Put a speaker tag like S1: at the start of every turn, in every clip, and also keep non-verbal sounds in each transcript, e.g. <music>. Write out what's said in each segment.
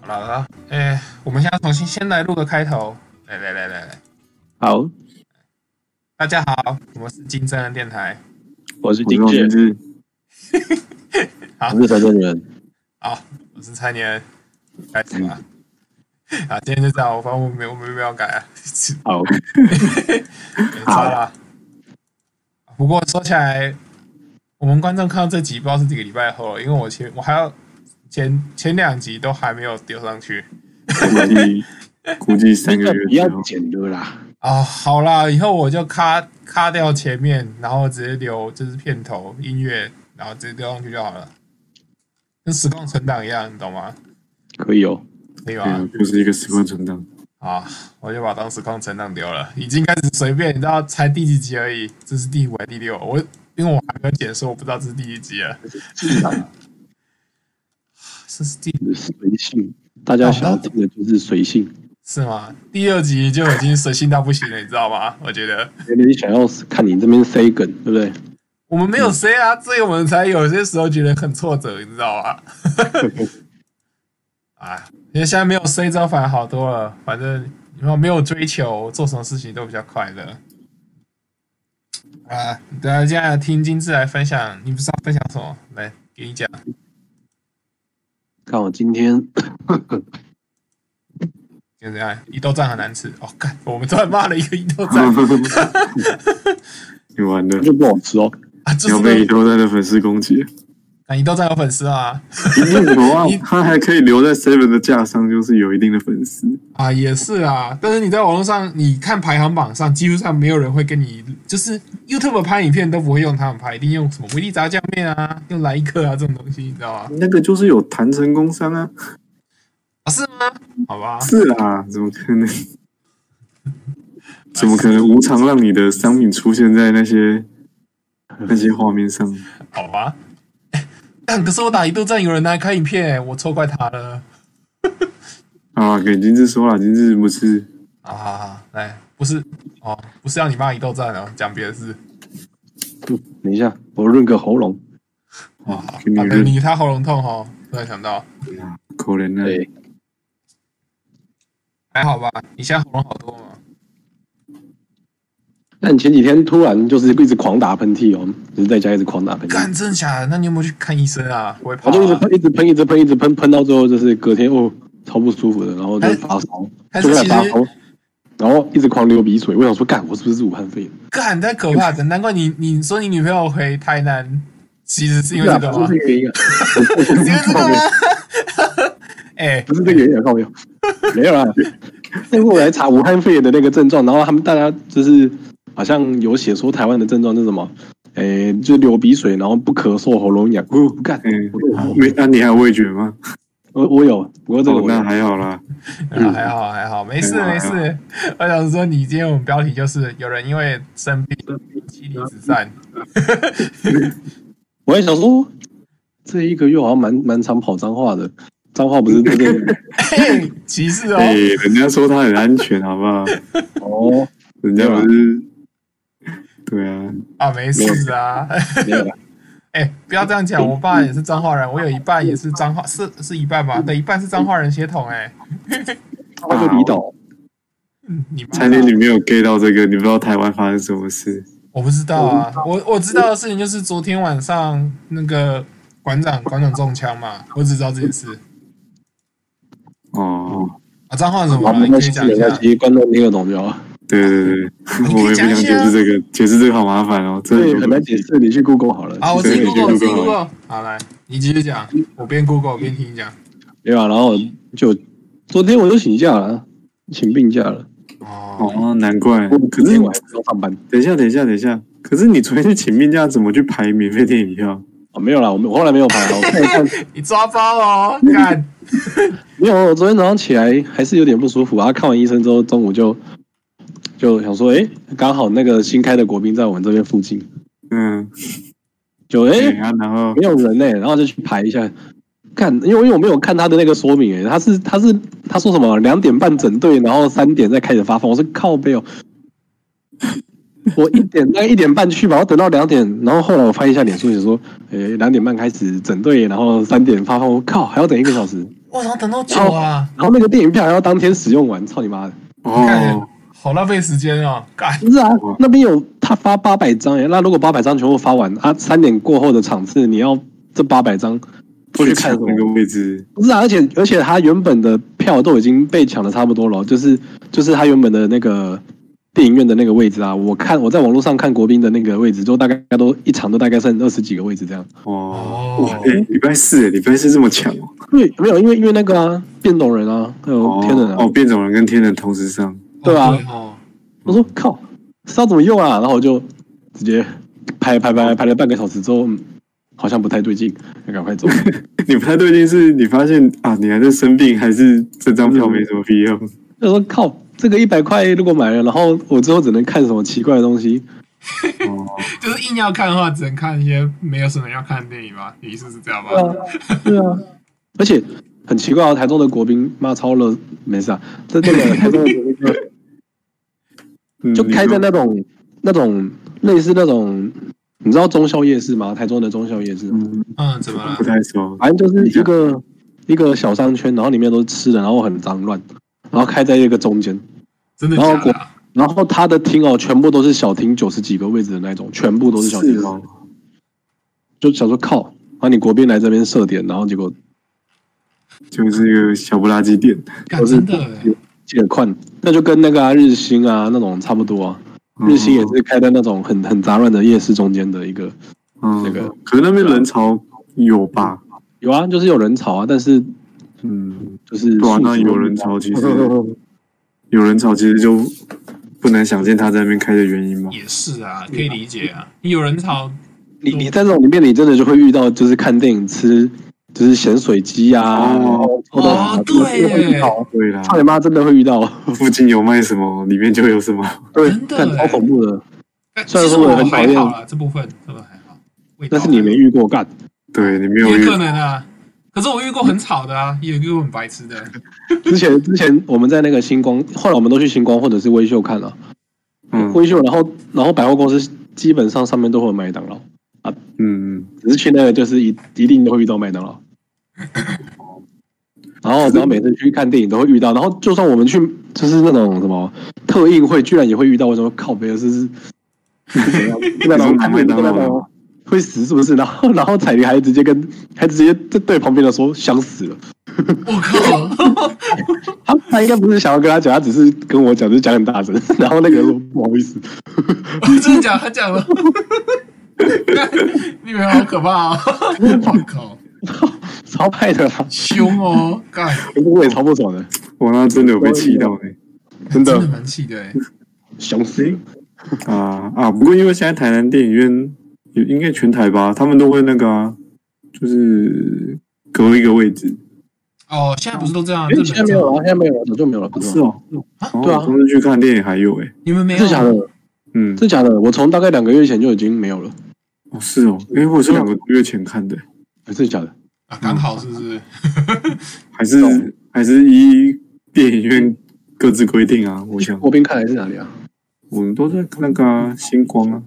S1: 好了，哎、我们现在重新先来录个开头。来来来来来，
S2: 好，
S1: 大家好，我们是金正恩电台。
S2: 我是
S3: 我是
S2: 丁
S3: 王
S2: 志
S3: 明，志
S1: 好
S3: 我是台中人。
S1: 好，我是蔡年，开始 <laughs> 吧。啊，今天就这样，我反正我没有我没有要改 <laughs> 啊，
S2: 好，
S1: 没差啦。不过说起来，我们观众看到这集不知道是几个礼拜后了，因为我前我还要前前两集都还没有丢上去。
S2: 估计 <laughs> 估计三
S3: <laughs>
S2: 个
S3: 不
S2: 月
S3: 要
S2: 之后，
S3: 剪的啦，
S1: 啊，好啦，以后我就卡卡掉前面，然后直接留就是片头音乐，然后直接丢上去就好了，跟实况存档一样，你懂吗？
S2: 可以哦，
S1: 可以
S2: 啊
S1: 吗？，
S2: 就是一个时光存档，
S1: 啊，我就把当实况存档丢了，已经开始随便，你知道才第几集而已，这是第五还是第六？我因为我还没有解说，我不知道这是第几集了， <sighs> 这是第
S3: 随性。大家想要听的就是随性。
S1: 是吗？第二集就已经随性到不行了，你知道吗？我觉得
S3: 哎你想要看你这边塞梗，对不对？
S1: 我们没有 C 啊，所以我们才有些时候觉得很挫折，你知道吗？啊，因为现在没有 C 招反而好多了，反正然后没有追求，做什么事情都比较快乐。啊，大家听金志来分享，你不知道分享什么？来给你讲。
S3: 看我今天， <coughs>
S1: 就这样，一豆站很难吃哦！干，我们突然骂了一个一豆站
S2: <laughs> 你完了，
S3: 这不好吃哦。
S1: 啊，
S2: 你
S1: 就
S2: <laughs> 要被
S1: 是
S2: 丢在的粉丝攻击，
S1: 干一豆站有粉丝啊
S2: 一定 <laughs> 有啊，他还可以留在 Seven 的架上，就是有一定的粉丝，
S1: 啊，也是啊。但是你在网络上，你看排行榜上，几乎上没有人会跟你，就是 YouTube 拍影片都不会用他们拍，一定用什么维力炸酱面啊，用来一克啊这种东西，你知道吗？
S2: 那个就是有谈成工商啊，
S1: 啊，是吗？好吧，
S2: <laughs> 是啊，怎么可 <laughs> 能？怎么可能无偿让你的商品出现在那些那些画面上？
S1: 好吧。 <coughs> 但可是我打一度战有人拿来看影片、我错怪他了
S2: 啊，给金志说了，金志不是
S1: 啊！来，不是哦，不是让你骂一斗战哦，讲别的事
S3: 等一下，我润个喉咙。
S1: 哦。好，
S2: 给你
S1: 啊
S2: 润
S1: 你他喉咙痛哦，突然想到，
S2: 可怜的，
S3: 对，
S1: 还好吧？你现在喉咙好多吗？
S3: 但前几天突然就是一直狂打喷嚏哦，就是在家一直狂打喷嚏
S1: 干，，真的假的？那你有没有去看医生啊？我会怕、
S3: 我就一直
S1: 啊。
S3: 喷，一直喷，一直喷，一直喷，喷到最后就是隔天哦，超不舒服的，然后就发烧，
S1: 还是
S3: 就
S1: 还是
S3: 开始
S1: 其
S3: 发
S1: 实
S3: 烧，然后一直狂流鼻水。我想说，干，我是不是武汉肺炎？
S1: 干太可怕了，难怪你你说你女朋友回台南，其 <laughs> 实是因为这个
S3: 不
S1: 吗
S3: 是？这个原因啊，
S1: 是因为这个吗？ <laughs> 哎、
S3: 不是这个原因啊，
S1: <laughs>
S3: 靠没有，没有啊。那后我来查武汉肺炎的那个症状，然后他们大家就是好像有写说台湾的症状是什么？诶、就流鼻水，然后不咳嗽，喉咙痒。哦，干，
S2: 嗯
S3: 我有，
S2: 没，那、你还有味觉
S3: <laughs>
S2: 吗？
S3: 我我有，不过这个
S2: 哦，
S3: 我有
S2: 那还好啦，
S1: 啊，还好还好，没啊事没
S2: 还好
S1: 事。我想说，你今天我们标题就是有人因为生病 <laughs> 妻离子散，
S3: 我还想说，这一个月好像蛮蛮常跑脏话的，脏话不是这个
S1: <laughs> 嘿歧视哦。
S3: 啊
S2: 哎、人家说他很安全，好不
S3: <laughs>
S2: 好？
S3: 哦，
S2: 人家不是，对啊，
S1: 啊，没事啊。
S3: 没有啦，
S1: 哎、不要这样讲，我爸也是彰化人，我有一半也是彰化，是是一半吧？对，一半是彰化人血统、哎，
S3: 那就离岛，
S1: 嗯，你妈
S2: 餐厅里没有 get 到这个，你不知道台湾发生什么事，
S1: 我不知道啊，我我知道的事情就是昨天晚上那个馆长馆长中枪嘛，我只知道这件事
S2: 哦，
S1: 啊。彰化人怎么
S3: 好，
S1: 了？
S3: 没
S1: 你可
S3: 关
S1: 以
S3: 系，
S1: 讲一
S3: 没
S1: 下
S3: 关。系，观众听得懂就好。
S2: 对
S3: <laughs>
S2: 对对，我也不想解释这个，解释这个好麻烦哦，这
S3: 对，很难解释，你去 Google 好了。
S1: 好，啊我自己
S2: 对
S1: Google，我自己
S2: 就 Google
S1: Google。好，来，你继续讲，我边 Google 我边听你讲。
S3: 对吧？然后就昨天我就请假了，请病假了。
S1: 哦，
S2: 哦，难怪
S3: 我。
S2: 可
S3: 可
S2: 是
S3: 是，我还是要上班
S2: 等一下，等一下，等一下，可是你昨天去请病假，怎么去排免费电影票？
S3: 哦，没有啦，我们我后来没有排。我看一看，
S1: 你抓包哦，干
S3: 没有，我昨天早上起来还是有点不舒服啊。看完医生之后，中午就就想说，哎，刚好那个新开的国宾在我们这边附近，
S2: 嗯，
S3: 就
S2: 对
S3: 哎
S2: 啊，然后
S3: 没有人欸呢、然后就去排一下。看，因为因为我没有看他的那个说明、诶，欸他是他是他说什么两点半整队，然后三点再开始发放。我说靠背哦，我一点大概一点半去吧，我等到两点，然后后来我翻一下脸书，写说，诶、两点半开始整队，然后三点发放。我靠，还要等一个小时，
S1: 为什么等那么久啊？
S3: 然后那个电影票还要当天使用完，操你妈的！
S2: 哦，
S1: 好浪费时间哦！干，
S3: 不是啊，那边有他发八百张欸耶，那如果八百张全部发完，啊，三点过后的场次你要这八百张不去
S2: 去
S3: 看
S2: 抢
S3: 什么
S2: 那？个位置，
S3: 不是啊，而且而且他原本的票都已经被抢的差不多了，就是就是他原本的那个电影院的那个位置啊，我看我在网络上看国宾的那个位置，就大概都一场都大概剩二十几个位置这样。
S2: 哦
S1: 哦，
S2: 哇，哎，礼拜四耶，礼拜四这么抢哦，
S3: 对，没有，因为因为那个啊，变种人啊，还有
S2: 哦
S3: 天人啊，
S2: 哦，变种人跟天人同时上， <laughs>
S3: 对啊
S1: 哦哦，
S3: 我说靠，知道怎么用啊，然后我就直接拍拍拍拍了半个小时之后，嗯，好像不太对劲，要赶快
S2: <laughs>
S3: 走。
S2: 你不太对劲，是你发现啊，你还在生病，还是这张票没什么必要？
S3: 我说靠，这个一百块如果买了，然后我之后只能看什么奇怪的东西，嗯
S2: 哦，
S1: 就是硬要看的话，只能看一些没有什么人要看的电影吧？你意思是这样吧？
S3: 对啊，对啊，而且很奇怪哦，台中的国宾骂超了，没事啊，在那个台中的国宾
S2: 嗯
S3: 就开在那种那种类似那种，你知道中校夜市吗？台中的中校夜市，
S2: 嗯，
S1: 嗯，怎么了
S2: 不？太熟，
S3: 反正就是一个一个小商圈，然后里面都是吃的，然后很脏乱，然后开在一个中间，
S1: 真的假
S3: 然后
S1: 的
S3: 国
S1: 啊？
S3: 然后它的厅哦，全部都是小厅，九十几个位置的那种，全部都是小厅
S2: 是，哦，
S3: 就想说靠，啊你国宾来这边设点，然后结果
S2: 就是一个小不拉几店，
S1: 干真的欸，
S3: 借款，那就跟那个、啊、日新啊那种差不多啊。
S2: 嗯
S3: 日新也
S2: 哦
S3: 是开在那种很很杂乱的夜市中间的一个，那
S2: 嗯，那
S3: 个
S2: 个，可是那边人潮有吧？
S3: 有啊，就是有人潮啊，但是
S2: 嗯，
S3: 就是
S2: 对啊，
S3: 素
S2: 那
S3: 食
S2: 有人潮其实
S3: 嗯
S2: 有人潮其实就不难想见他在那边开的原因吧？
S1: 也是啊，可以理解啊。你有人吵，
S3: 你你在这种里面，你真的就会遇到就是看电影吃就是咸水鸡啊，
S2: 哦
S3: 然后臭豆腐啊
S1: 哦对耶
S3: 真的会遇到
S2: 对啦，
S3: 操你妈，真的会遇到，
S2: 附近有卖什么，里面就有什么。
S3: 对，
S1: 真的
S3: 但
S1: 耶
S3: 超恐怖的，
S1: 但
S3: 虽然
S1: 其实
S3: 说我
S1: 我
S3: 很讨
S1: 还
S3: 厌
S1: 好啦，这部分这部分还好。味道
S3: 但是你没遇过干，
S2: 对，你没有
S1: 也
S2: 遇
S1: 可能啊。可是我遇过很吵的啊，也有遇过很白痴的。
S3: 之前之前我们在那个星光，后来我们都去星光或者是微秀看了、啊
S2: 嗯
S3: 微秀，然后然后百货公司基本上上面都会有麦当劳，
S2: 嗯，
S3: 只是去那个就是一一定都会遇到麦当 <laughs> 劳。然后，然后每次去看电影都会遇到，然后就算我们去就是那种什么特映会，居然也会遇到。我说靠，别人是是是怎 <laughs> 样？麦当劳看麦当劳会死是不是？然后，然后彩铃还直接跟还直接在对旁边的说想死了。
S1: 我靠！ <laughs>
S3: 他他应该不是想要跟他讲，他只是跟我讲，就是讲很大声。 <laughs> 然后那个人说不好意思，
S1: 真的假的？他讲了， <laughs> 你们好可怕哦！
S3: <laughs>
S1: 我靠，
S3: 超派的啦，
S1: 凶哦！干，
S3: 我也超不爽的，
S2: 我那真的有被气到哎、
S3: 真
S1: 真
S3: 的
S1: 的蛮气的欸。
S3: 想死了。
S2: 啊啊！不过因为现在台南电影院也应该全台吧，他们都会那个、啊，就是隔一个位置。
S1: 哦，现在不是都这样？
S3: 哎
S1: 日，本
S3: 现在没有了，现在没有了，早就没有了，不
S2: 是哦，哦
S3: 对啊
S2: 我上次去看电影还有哎、
S1: 你们没有
S3: 是啊假的，
S2: 嗯，
S3: 是假的。我从大概两个月前就已经没有了，
S2: 哦是哦，因为我是两个多月前看的、
S3: 是哎假的。
S1: 啊？刚好是不是？
S2: 还是
S3: 懂
S2: 还是依电影院各自规定 <laughs> 啊。我想
S3: 国宾看来是哪里啊？
S2: 我们都在看那个、啊、星光啊，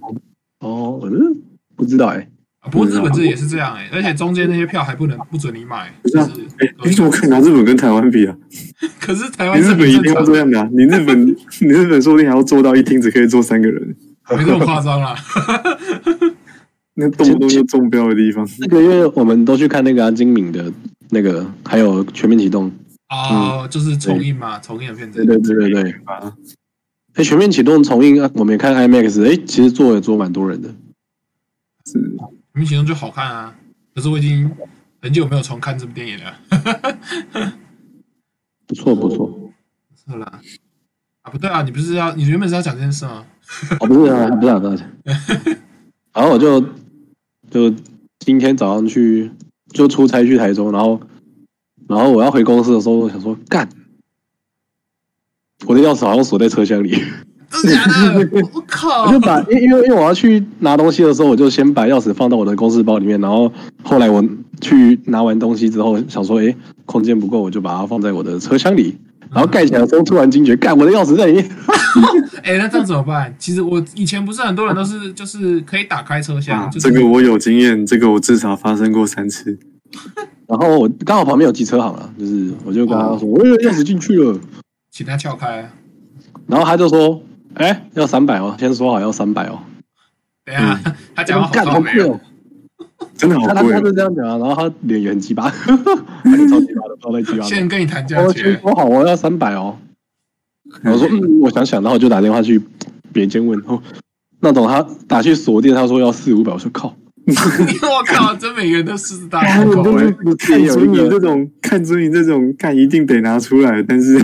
S3: 哦，嗯，不知道哎、
S1: 啊不过日本这也是这样哎，而且中间那些票还不能不准你买，
S2: 不是
S1: 就
S2: 啊
S1: 是
S2: 哎、你怎么可以拿日本跟台湾比啊？
S1: 可是台湾
S2: 你日
S1: 是
S2: 本一定要
S1: 很
S2: 这
S1: 正
S2: 样的、啊，你日本 <laughs> 你日本说不定还要做到一厅只可以坐三个人，
S1: 常，没这么夸
S3: <laughs>
S1: 张啦。
S2: 那动不动就中标的地方。
S3: 那个月我们都去看那个、啊、金敏的那个，还有《全面启动》。
S1: 哦，就是重映嘛，重映的片
S3: 嗯对
S1: 子。
S3: 对对对对。
S2: 啊
S3: 哎，《全面启动》重映，啊我们也看 IMAX。哎，其实坐也坐蛮多人的。
S2: 是
S1: 明其中就好看啊，可是我已经很久没有重看这部电影了。
S3: 不错不错，
S1: 是啦，啊不对啊，你不是要你原本是要讲这件事吗？
S3: 哦不是啊，不是啊，不是啊。然后我就就今天早上去就出差去台中，然后然后我要回公司的时候，我想说干，我的钥匙好像锁在车厢里。
S1: 真的假的？
S3: <laughs>
S1: 我靠！
S3: 我就把，因因为因为我要去拿东西的时候，我就先把钥匙放到我的公事包里面，然后后来我去拿完东西之后，想说，哎，空间不够，我就把它放在我的车厢里，然后盖起来的时候，突然惊觉，干，我的钥匙在里面。
S1: <laughs> 哎、那这样怎么办？其实我以前不是很多人都是就是可以打开车厢，
S2: 啊
S1: 就是
S2: 这个我有经验，这个我至少发生过三次。
S3: 然后我刚好旁边有机车行啊，就是我就跟他说，我有钥匙进去了，
S1: 请他撬开。
S3: 然后他就说，哎，要三百哦，先说好要三百哦，
S1: 等一下，他讲话好
S3: 嗯干
S1: 到
S3: 好
S1: 没
S3: 贵
S1: 有
S3: 哦？，
S2: 真的好
S3: 他他
S2: 贵
S3: 他
S2: 哦。
S3: 就这样讲啊，然后他脸也很鸡巴， <laughs> 他就超鸡巴的，超级鸡巴的。
S1: 现在跟你谈价
S3: 哦我先
S1: 钱，
S3: 说好我要三百哦。我说嗯，我想想，然后我就打电话去别间问，然后那种他打去锁店，他说要四五百，我说靠，
S1: <laughs> 我靠，真每个人都狮子
S3: 哎
S1: 大
S2: 他
S1: 开
S2: 们
S1: 口
S2: 都
S1: 欸
S2: 是看
S3: 有一
S2: 尊
S3: 个
S2: 你这种看尊你这种看一定得拿出来，但是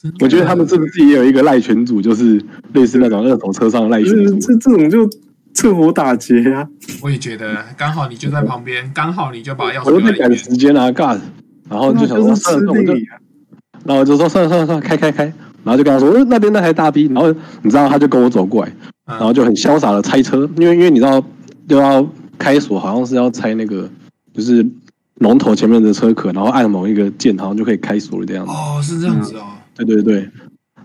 S1: 真的
S3: 我觉得他们是不是也有一个赖群主，就是类似那种二手车上的赖群
S2: 就是
S3: 主？
S2: <laughs> 这这种就趁火打劫啊呀、
S1: 我也觉得，刚好你就在旁边，刚好你就把钥匙
S3: 我就
S1: 留在
S3: 在
S1: 里
S3: 赶
S1: 面。
S3: 时间啊，干，然后就想
S2: 那
S3: 说
S2: 是
S3: 算
S2: 吃
S3: 了算了，我就
S2: 定你、啊。 <laughs>
S3: 然后我就说算了算了算了，开开开，然后就跟他说，呃那边那台大 B，然后你知道他就跟我走过来，
S1: 嗯
S3: 然后就很潇洒的拆车，因为因为你知道又要开锁，好像是要拆那个就是龙头前面的车壳，然后按某一个键，好像就可以开锁了这样子。
S1: 哦，是这样子哦，
S3: 对对对，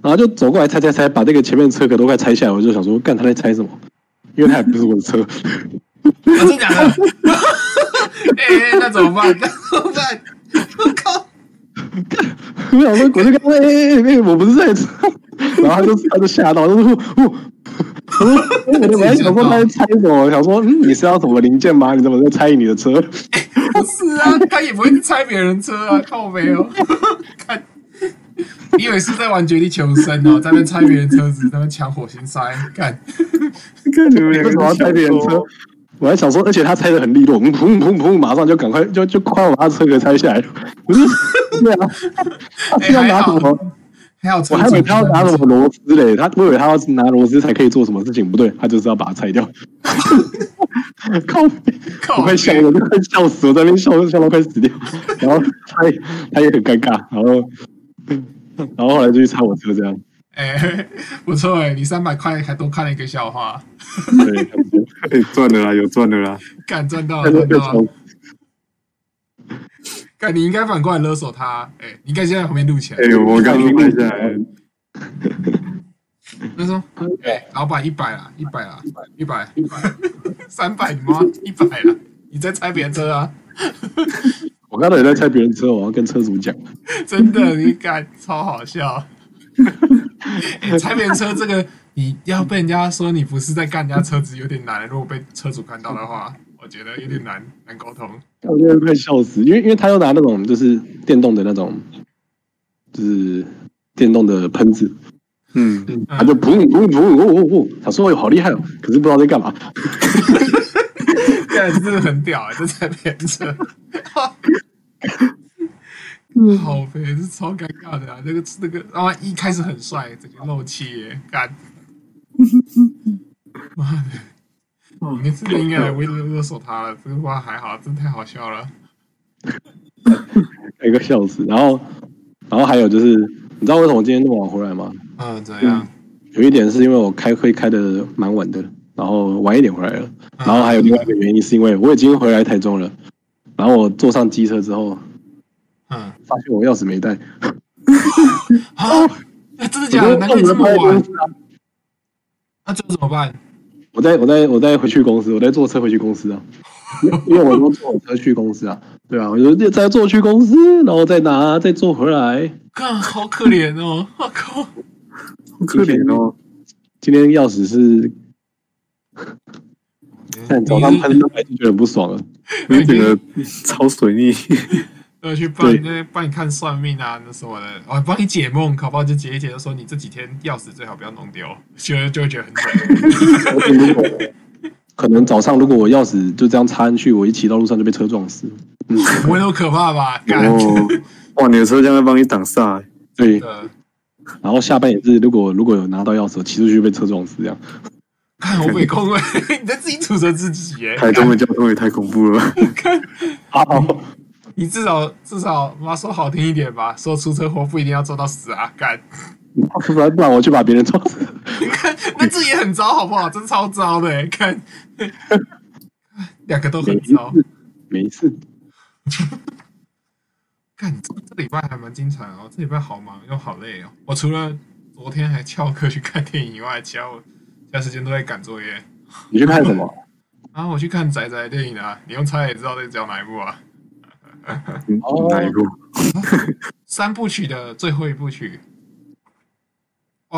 S3: 然后就走过来拆拆拆，把这个前面车壳都快拆下来，我就想说，干他在拆什么？因为他也不是我的车，嗯
S1: 啊真的假的？ <laughs> 哎，哎那怎么办？那怎么办？我靠！
S3: <laughs> 我想说，我就跟他说，哎哎哎哎，我不是在车，然后他就他就吓到，他就说，哦，我我本来想说他在拆什么，想说，嗯，你是要什么零件吗？你怎么在拆你的车？
S1: 不是啊，他也不会去拆别人车啊，靠没有。 <laughs> 看，你以为是在玩绝地求生哦，在那边拆别人车子，在那边抢火星塞，干。
S2: 看你们
S3: 为
S2: 两个
S3: 什么要
S2: 小
S3: 拆别人车
S2: 偷？
S3: 我还想说，而且他拆的很利落，嗯砰砰砰，马上就赶快就就快把他车给拆下来了。不是，对啊，他是要拿什么？
S1: 哎还有车
S3: 我
S1: 主
S3: 还以为他要拿什么螺丝嘞，他我以为他要拿螺丝才可以做什么事情，不对，他就是要把它拆掉。靠！
S1: 靠
S3: 我快笑了，我快笑死，我在那边笑笑到快死掉。然后他也他也很尴尬，然后然后后来就去擦我车这样。
S1: 哎、不错哎、你三百块还多看了一个笑话，
S3: 对，
S2: 哎，赚了啦，有赚了啦。
S1: 干赚到
S3: 他
S1: 了，
S3: 就
S1: 赚
S3: 被
S1: 到了
S3: 从。
S1: 干，你应该反过来勒索他，哎、你应该先在旁边录起来
S2: 哎。，我刚刚拍下来，
S1: 他说：“哎、老板一百啦，一百啦，一百，一百，三百，你妈一百啦！你在拆别人车啊？
S3: 我刚才也在拆别人车，我要跟车主讲。
S1: 真的，你干超好笑。 <laughs> 哎拆别人车这个，你要被人家说你不是在干人家车子，有点难。如果被车主看到的话，我觉得有点难难沟通。
S3: 我真的快笑死，因为因为他又拿那种就是电动的那种，就是电动的喷子，
S2: 嗯，
S1: 嗯
S3: 他就噗噗噗哦哦哦，他说哎呦好厉害哦，可是不知道在干嘛。 <laughs>
S1: 干真的很屌、欸，这在变车，好肥，这超尴尬的啊！那个那个，然后一开始很帅，整个漏气耶，干，妈的！
S3: 哦
S1: 你们这个应该来
S3: 啊
S1: 勒勒索他了，这个话还好，真太好笑了。
S3: 一个笑死。然后，然后还有就是，你知道为什么我今天那么晚回来吗？
S1: 嗯，怎
S2: 样？
S3: 有一点是因为我开会开的蛮晚的，然后晚一点回来了。
S1: 啊
S3: 然后还有另外一个原因是因为我已经回来台中了，然后我坐上机车之后，
S1: 嗯，
S3: 发现我钥匙没带，
S1: 啊，那真的假
S3: 我
S1: 的？
S3: 就
S1: 难怪你这么啊
S3: 我就
S1: 晚，那最后怎么办？
S3: 啊我在我在我在回去公司，我在坐车回去
S1: <laughs>
S3: 公司啊，因为因为我都坐我车去公司啊，对啊，我就再坐去公司，然后再拿再坐回来。
S1: 看，好可怜哦！我靠，
S2: 好可怜哦。
S3: 今天钥匙是，但早上喷到白就觉得很不爽了。
S2: 你整个超
S3: <laughs>
S2: 水逆，
S1: 对，去帮你
S3: 对
S1: 那帮你看算命啊，那什么的，哦，帮你解梦，搞不好就解一解，就说你这几天钥匙最好不要弄丢，觉得就会觉得很准。
S2: <laughs>
S3: 如果 <laughs> 可能早上如果我钥匙就这样插进去，我一骑到路上就被车撞死。
S1: 不会那么可怕吧？干
S2: 哦，哇，你的车将会帮你挡煞、欸，
S3: 对，
S1: 的，
S3: 然后下班也是，如果如果有拿到钥匙，我骑出去被车撞死这样。
S1: 看我被控了， <laughs> 你在自己诅咒自己耶！
S2: 台中的交通也太恐怖了。
S3: <laughs> 好，
S1: 你至少至少妈说好听一点吧，说出车祸不一定要做到死啊，
S2: <laughs>
S1: 干，
S3: 不然不然我去把别人撞死。
S1: 那这也很糟，好不好？真超糟的耶，看， <laughs> 两个都很糟。
S3: 没事，
S1: 看，这这礼拜还蛮精彩哦，这礼拜好忙又好累哦。我除了昨天还翘课去看电影以外，其他我其他时间都在赶作业。
S3: 你去看什么？
S1: 然后我去看仔仔的电影啊，你用猜也知道在讲哪一部啊？
S2: 嗯 <laughs>
S3: 哦
S2: 哪一部？
S1: 三部曲的最后一部曲，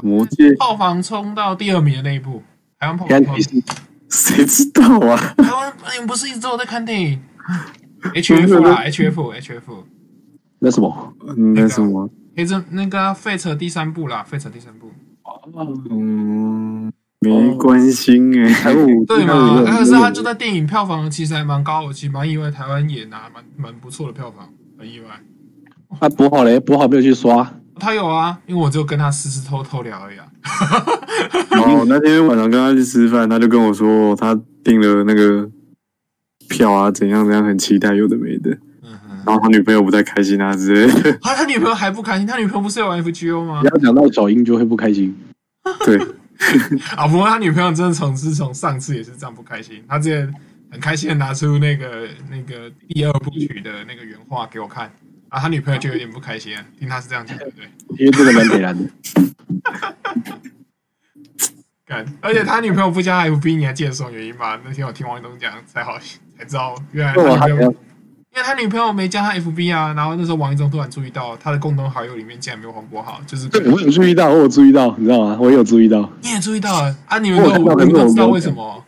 S2: 魔戒？
S1: 票房冲到第二名的那一部，台湾票
S3: 看
S1: 房
S3: 迪士尼
S2: 谁知道啊？
S1: 台湾你们不是一直都有在看电影？H F 啦，H F H F，
S3: 那什么？
S2: 那什么？
S1: 黑泽那个啊费城第三部啦，费城第三部，
S3: 哦
S2: 嗯，没关心哎、
S3: 台湾舞
S1: 对
S3: 台湾舞
S1: 嘛？
S3: 也
S1: 但是他就在电影票房其实还蛮高，我其实蛮意外，台湾也拿蛮蛮不错的票房，很意外。
S3: 啊，补好嘞，补好没有去刷。
S1: 他有啊，因为我就跟他私私偷偷聊而已啊。
S2: <laughs>
S1: <laughs>
S2: 哦，那天晚上跟他去吃饭，他就跟我说他订了那个票啊，怎样怎样，很期待，有的没的。
S1: 嗯哼，
S2: 然后他女朋友不太开心啊之类的。 <laughs>
S1: 他他女朋友还不开心，他女朋友不是有玩 FGO 吗
S3: 你？要讲到小英就会不开心。
S2: 对，
S1: 啊，不过他女朋友真的从自从上次也是这样不开心，他之前很开心的拿出那个那个第二部曲的那个原画给我看，啊，他女朋友就有点不开心，听他是这样讲，对不对？
S3: 因为这个蛮北蓝 <laughs> 的，
S1: 干，而且他女朋友不加 FB，你还记得什么原因吗？那天我听王一东讲才好才知道，原来
S3: 因为我
S1: 他女
S3: 还没
S1: 朋友
S3: 有，
S1: 因为他女朋友没加他 FB 啊，然后那时候王一中突然注意到他的共同好友里面竟然没有黄国豪，就是
S3: 对我有注意到，我有注意到，你知道吗？我有注意到，
S1: 你也注意到了啊？你们都
S3: 我有看到
S1: 你
S3: 可
S1: 们都
S3: 是我
S1: 知道
S3: 没有
S1: 为什
S3: 看
S1: 么？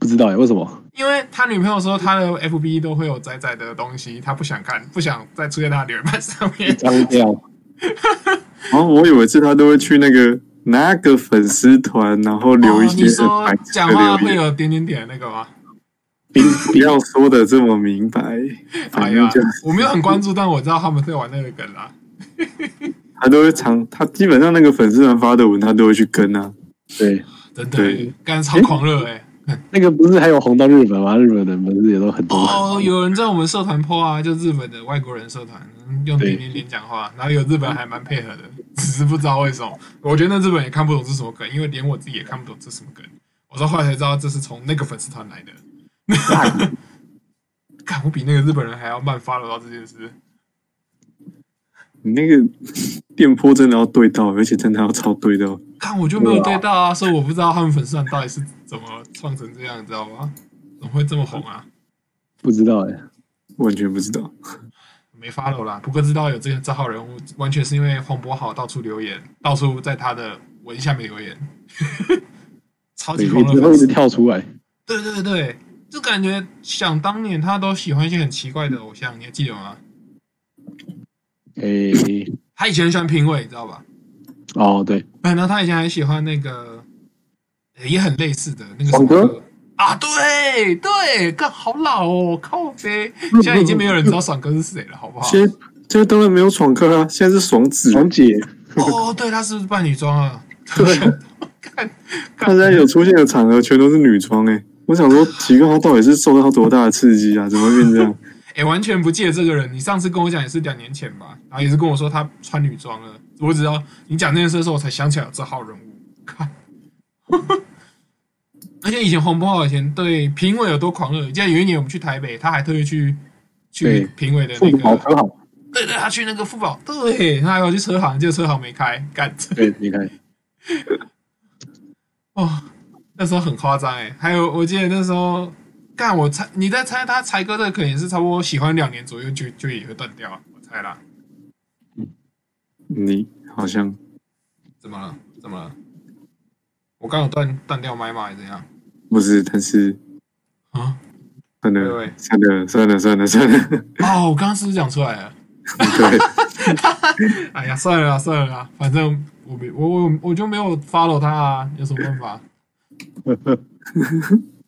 S3: 不知道哎，为什么？
S1: 因为他女朋友说他的 FB 都会有仔仔的东西，他不想看，不想再出现他的留言板上面。
S3: 脏掉，
S2: 然后我以为是他都会去那个哪个粉丝团，然后留一
S1: 哦、你
S2: 些
S1: 说
S2: 白痴的
S1: 讲话
S2: 留
S1: 会
S2: 言，
S1: 有点点点那个吗？
S3: 冰
S2: 不要说的这么明白。
S1: 哎
S2: 反
S1: 呀
S2: 正就，
S1: 我没有很关注，但我知道他们在玩那个梗啊啦。
S2: 他都会常，他基本上那个粉丝团发的文，他都会去跟啊。
S3: 对，
S1: 真的
S2: 对，
S1: 干超狂热哎、
S3: 那个不是还有红到日本吗？日本的粉丝也都很多，
S1: 哦，有人在我们社团 po 啊，就日本的外国人社团，嗯用
S3: 对
S1: 点点点讲话，然后有日本还蛮配合的，只是不知道为什么，我觉得那日本也看不懂是什么梗，因为连我自己也看不懂这是什么梗。我到后来才知道这是从那个粉丝团来的。 <laughs> 看我比那个日本人还要慢发了到这件事，
S2: 你那个 <laughs> 电波真的要对到，而且真的要超对到。
S1: 看我就没有对到啊，所以我不知道他们粉丝团到底是怎么创成这样，你知道吗？怎么会这么红啊？
S3: 不知道哎，
S2: 完全不知道。
S1: 没 follow 啦，不过知道有这个账号人物，完全是因为黄渤好到处留言，到处在他的文下面留言， <laughs> 超级
S3: 一
S1: 狂热
S3: 直会
S1: 粉
S3: 一
S1: 丝。
S3: 直跳出来，
S1: 对对对，就感觉想当年他都喜欢一些很奇怪的偶像，你还记得吗？
S3: 哎，
S1: 他以前很喜欢评委，你知道吧？
S3: 哦对，
S1: 然后他以前还喜欢那个，呃也很类似的那个什
S3: 黄
S1: 么
S3: 哥
S1: 歌啊，对对，干好老哦，靠呗， <laughs> 现在已经没有人知道爽哥是谁了，好不好？
S2: 现在现在当然没有爽哥啊，现在是爽子。
S1: 嗯
S3: 爽姐，
S1: 哦，对，他是不是扮女装啊？ <laughs>
S2: 对，
S1: 看，
S2: 他现在有出现的场合全都是女装哎、我想说，奇怪，他到底是受到多大的刺激啊？怎么会变这样？
S1: 哎、完全不记得这个人。你上次跟我讲也是两年前吧，然后也是跟我说他穿女装了。我只要你讲这件事的时候，我才想起来有这号人物。看， <laughs> 而且以前红不好以前对评委有多狂热。记得有一年我们去台北，他还特意去
S3: 对
S1: 去评委的
S3: 富
S1: 那
S3: 好
S1: 个，
S3: 很好，
S1: 对对，他去那个富宝，对，他还有去车行，结果车行没开，干， <laughs>
S3: 对，你看，
S1: 哦，那时候很夸张哎。还有，我记得那时候。干我猜你在猜他才哥这个可能是差不多喜欢两年左右就就也会断掉，我猜啦。
S2: 你好像
S1: 怎么了？怎么了？我刚有断断掉麦吗？还是怎样？
S2: 不是，但是
S1: 啊？
S2: 算
S1: 对
S2: 了
S1: 对，
S2: 算了，算了，算了，算了。 <laughs>
S1: 哦，我刚刚是不是讲出来了？
S2: 对，
S1: 哎呀，算了啦，算了啦，反正我没我我我就没有 follow 他啊，有什么办法？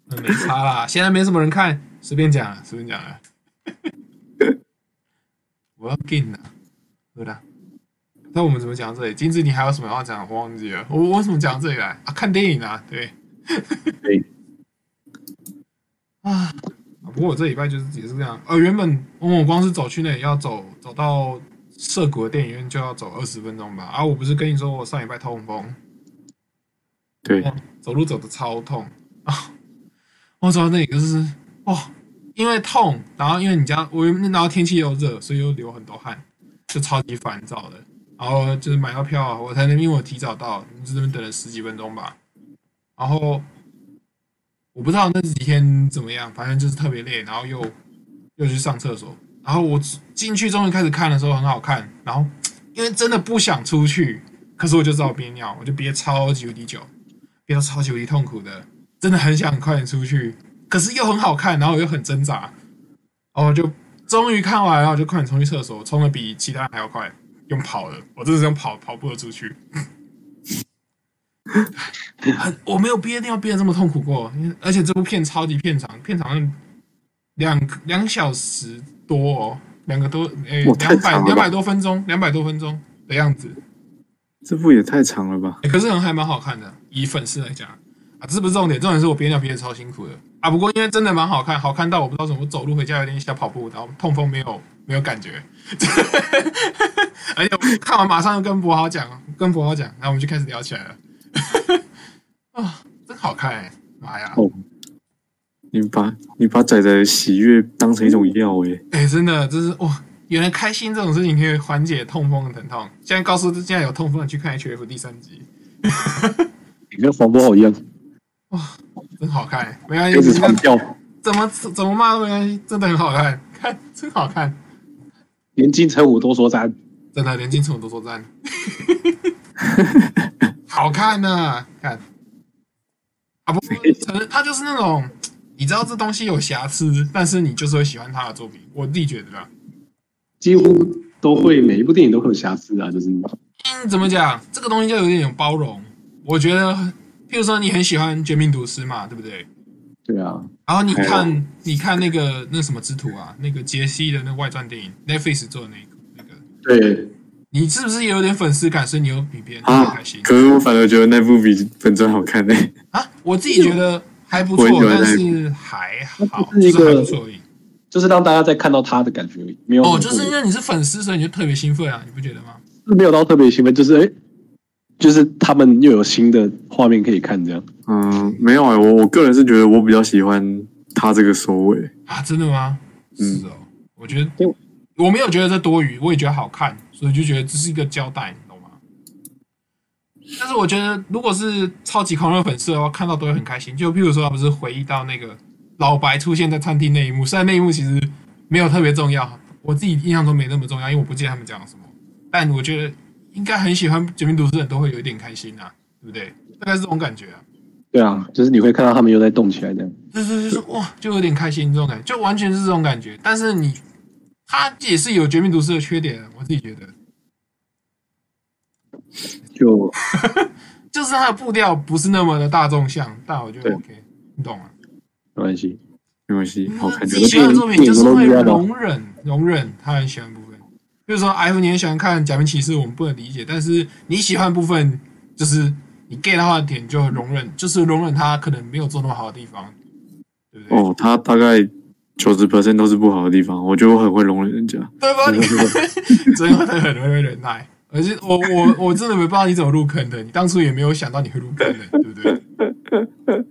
S1: 那没差啦，现在没什么人看，随便讲啊，随便讲啊。我要 g 了，对的。那我们怎么讲到这里？金子，你还有什么要讲？我忘记了，我我为什么讲到这里来啊？看电影啊，对。
S3: 对，
S1: 啊，不过我这礼拜就是也是这样。呃，原本我光是走去那里要走走到涩谷的电影院就要走二十分钟吧。啊，我不是跟你说我上礼拜痛风，
S2: 对，
S1: 走路走的超痛 <laughs> 啊！我走到那里就是哇、因为痛，然后因为你家我然后天气又热，所以又流很多汗，就超级烦躁的。然后就是买到票，啊我才能因为我提早到，就这边等了十几分钟吧。然后我不知道那几天怎么样，反正就是特别累，然后又又去上厕所。然后我进去终于开始看的时候很好看，然后因为真的不想出去，可是我就知道憋尿，我就憋超级无敌久，憋到超级无敌痛苦的，真的很想很快点出去，可是又很好看，然后我又很挣扎，然后我就终于看完，然后我就快点冲去厕所，冲的比其他人还要快，用跑的，我真的是用跑跑步的出去。很，我没有憋尿憋得这么痛苦过，因为而且这部片超级片长，片长两两小时多哦，两个多，诶、
S2: 哇太
S1: 两百
S2: 长了吧
S1: 两百多分钟，两百多分钟的样子、
S2: 这部也太长了吧？
S1: 诶可是人还蛮好看的，以粉丝来讲啊，这不是重点，重点是我憋尿憋得超辛苦的啊，不过因为真的蛮好看，好看到我不知道怎么，我走路回家有点想跑步，然后痛风没有没有感觉， <laughs> 而且我看完马上就跟博豪讲，跟博豪讲，然后我们就开始聊起来了， <laughs> 啊、真好看、欸，妈呀！
S2: 你把你把仔仔的喜悦当成一种药欸诶、
S1: 哎、真的，就是哇，原来开心这种事情可以缓解痛风的疼痛。现在告诉现在有痛风的去看 HF 第三集，
S3: 你跟黄渤好
S1: <laughs>
S3: 一样，
S1: 真好看，欸没关
S2: 一直
S1: 系，
S2: 传教，
S1: 怎么怎么骂都没关系，真的很好看， <laughs> 看真好看，
S3: 连金城武都说赞。
S1: 真的连金城武都说赞， <laughs> 好看呢、看啊不，承认他就是那种你知道这东西有瑕疵，但是你就是会喜欢他的作品，我自己觉得啦。啊
S3: 几乎都会每一部电影都会有瑕疵啊，就是
S1: 嗯，怎么讲？这个东西就有点有包容。我觉得，譬如说你很喜欢《绝命毒师》嘛，对不对？
S3: 对啊，
S1: 然后你
S2: 还
S1: 看，你看那个那什么之徒啊，那个杰西的那个外传电影，Netflix 做的那个那个，
S3: 对，
S1: 你是不是也有点粉丝感？所以你又比别人更
S2: 啊
S1: 开心！
S2: 可是我反而觉得那部比本真好看诶、欸
S1: 啊？我自己觉得还不错
S2: 我也，觉得
S1: 但
S2: 那
S1: 是还好，
S3: 那只是一
S1: 就是还
S3: 个
S1: 不错而已。
S3: 就是让大家再看到他的感觉而已，没有
S1: 哦，就是因
S3: 是
S1: 为你是粉丝，所以你就特别兴奋啊，你不觉得吗？
S3: 没有到特别兴奋，就是哎，就是他们又有新的画面可以看，这样
S2: 嗯，没有诶、我我个人是觉得我比较喜欢他这个收尾。
S1: 啊，真的吗？
S2: 嗯
S1: 是哦，我觉得
S3: 因为
S1: 我没有觉得这多余，我也觉得好看，所以就觉得这是一个交代，你懂吗？但是我觉得，如果是超级狂热粉丝的话，看到都会很开心。就譬如说，他不是回忆到那个老白出现在餐厅那一幕，虽然那一幕其实没有特别重要，我自己印象中没那么重要，因为我不记得他们讲了什么。但我觉得应该很喜欢《绝命毒师》的人都会有一点开心啊，对不对？大概是这种感觉啊。
S3: 对啊，就是你会看到他们又在动起来这样。
S1: 就是就是哇，就有点开心这种感觉，就完全是这种感觉。但是你，他也是有《绝命毒师》的缺点，我自己觉得，
S3: 就
S1: 就是他的步调不是那么的大众向，但我觉得
S2: 对
S1: OK，你懂吗？
S3: 没关系，
S2: 没关系，好看
S1: 自
S2: 就
S1: 己喜欢的作品就是会
S3: 电影都一样的
S1: 容忍容忍他很喜欢的部分，就是说 F 你很喜欢看《假面骑士》，我们不能理解，但是你喜欢的部分就是你 get 到他的点，就容忍，就是容忍他可能没有做那么好的地方，对不对？
S2: 哦，他大概九十 percent 都是不好的地方，我觉得我很会容忍人家。
S1: 对吧？你真的很会忍耐，而且我我我真的没办法，你怎么入坑的？你当初也没有想到你会入坑的，对不对？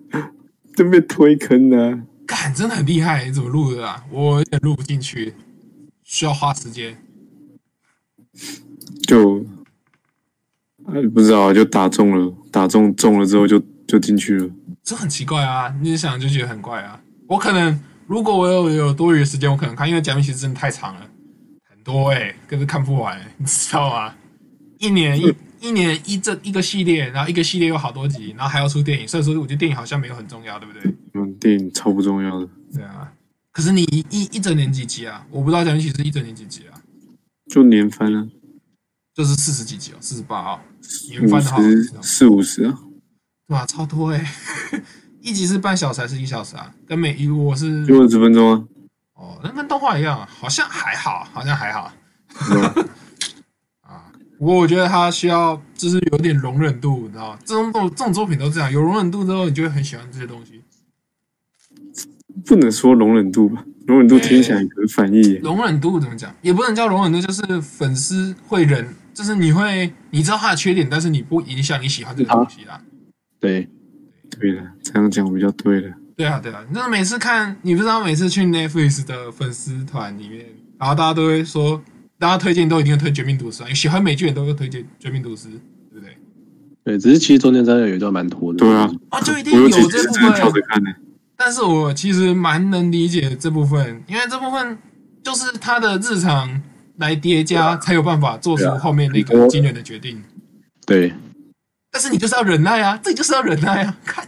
S2: 真被推坑啊了、
S1: 干，真的很厉害，你怎么入的啊？我有点入不进去，需要花时间。
S2: 就、呃、不知道，就打中了，打中中了之后就就进去了。
S1: 这很奇怪啊！你想就觉得很怪啊。我可能如果我有有多余的时间，我可能看，因为假面骑士真的太长了，很多哎、根本看不完、欸，你知道吗？一年一一年一这一个系列，然后一个系列有好多集，然后还要出电影，所以说我觉得电影好像没有很重要，对不对？
S2: 嗯，电影超不重要的，
S1: 对啊，可是你一一一整年几集啊？我不知道假面骑士一整年几集啊，
S2: 就连番啊，
S1: 就是四十几集哦，四十八哦，年
S2: 五
S1: 番的话，
S2: 十四五十啊，
S1: 对啊，超多哎、 <laughs> 一集是半小时还是一小时啊？跟每一我是
S2: 就二十分
S1: <laughs>
S2: 钟啊，
S1: 哦，那跟动画一样，好像还好，好像还好
S2: 是吧
S1: 啊。不过我觉得它需要就是有点容忍度，你知道吗？这种这种作品都这样，有容忍度之后，你就会很喜欢这些东西。
S2: 不能说容忍度吧，容忍度听起来很反义耶。
S1: 容忍度怎么讲？也不能叫容忍度，就是粉丝会忍，就是你会你知道它的缺点，但是你不影响你喜欢这
S2: 啊
S1: 个东西啊啦。
S3: 对，
S2: 对了，这样讲比较对了。
S1: 对啊，对啊，那每次看，你不知道每次去 Netflix 的粉丝团里面，然后大家都会说，大家推荐都一定会推《绝命毒师》啊，喜欢美剧人都会推荐《绝命毒师》，对不对？
S3: 对，只是其实中间真的有一段蛮拖的。
S2: 对啊，
S1: 啊，就一定有
S2: 我有几集
S1: 这
S2: 是
S1: 部
S2: 真的跳
S1: 分
S2: 着看呢、
S1: 但是我其实蛮能理解这部分，因为这部分就是他的日常来叠加，才有办法做出后面那个惊人的决定。
S3: 对，
S1: 但是你就是要忍耐啊，这就是要忍耐啊！ <laughs> 看，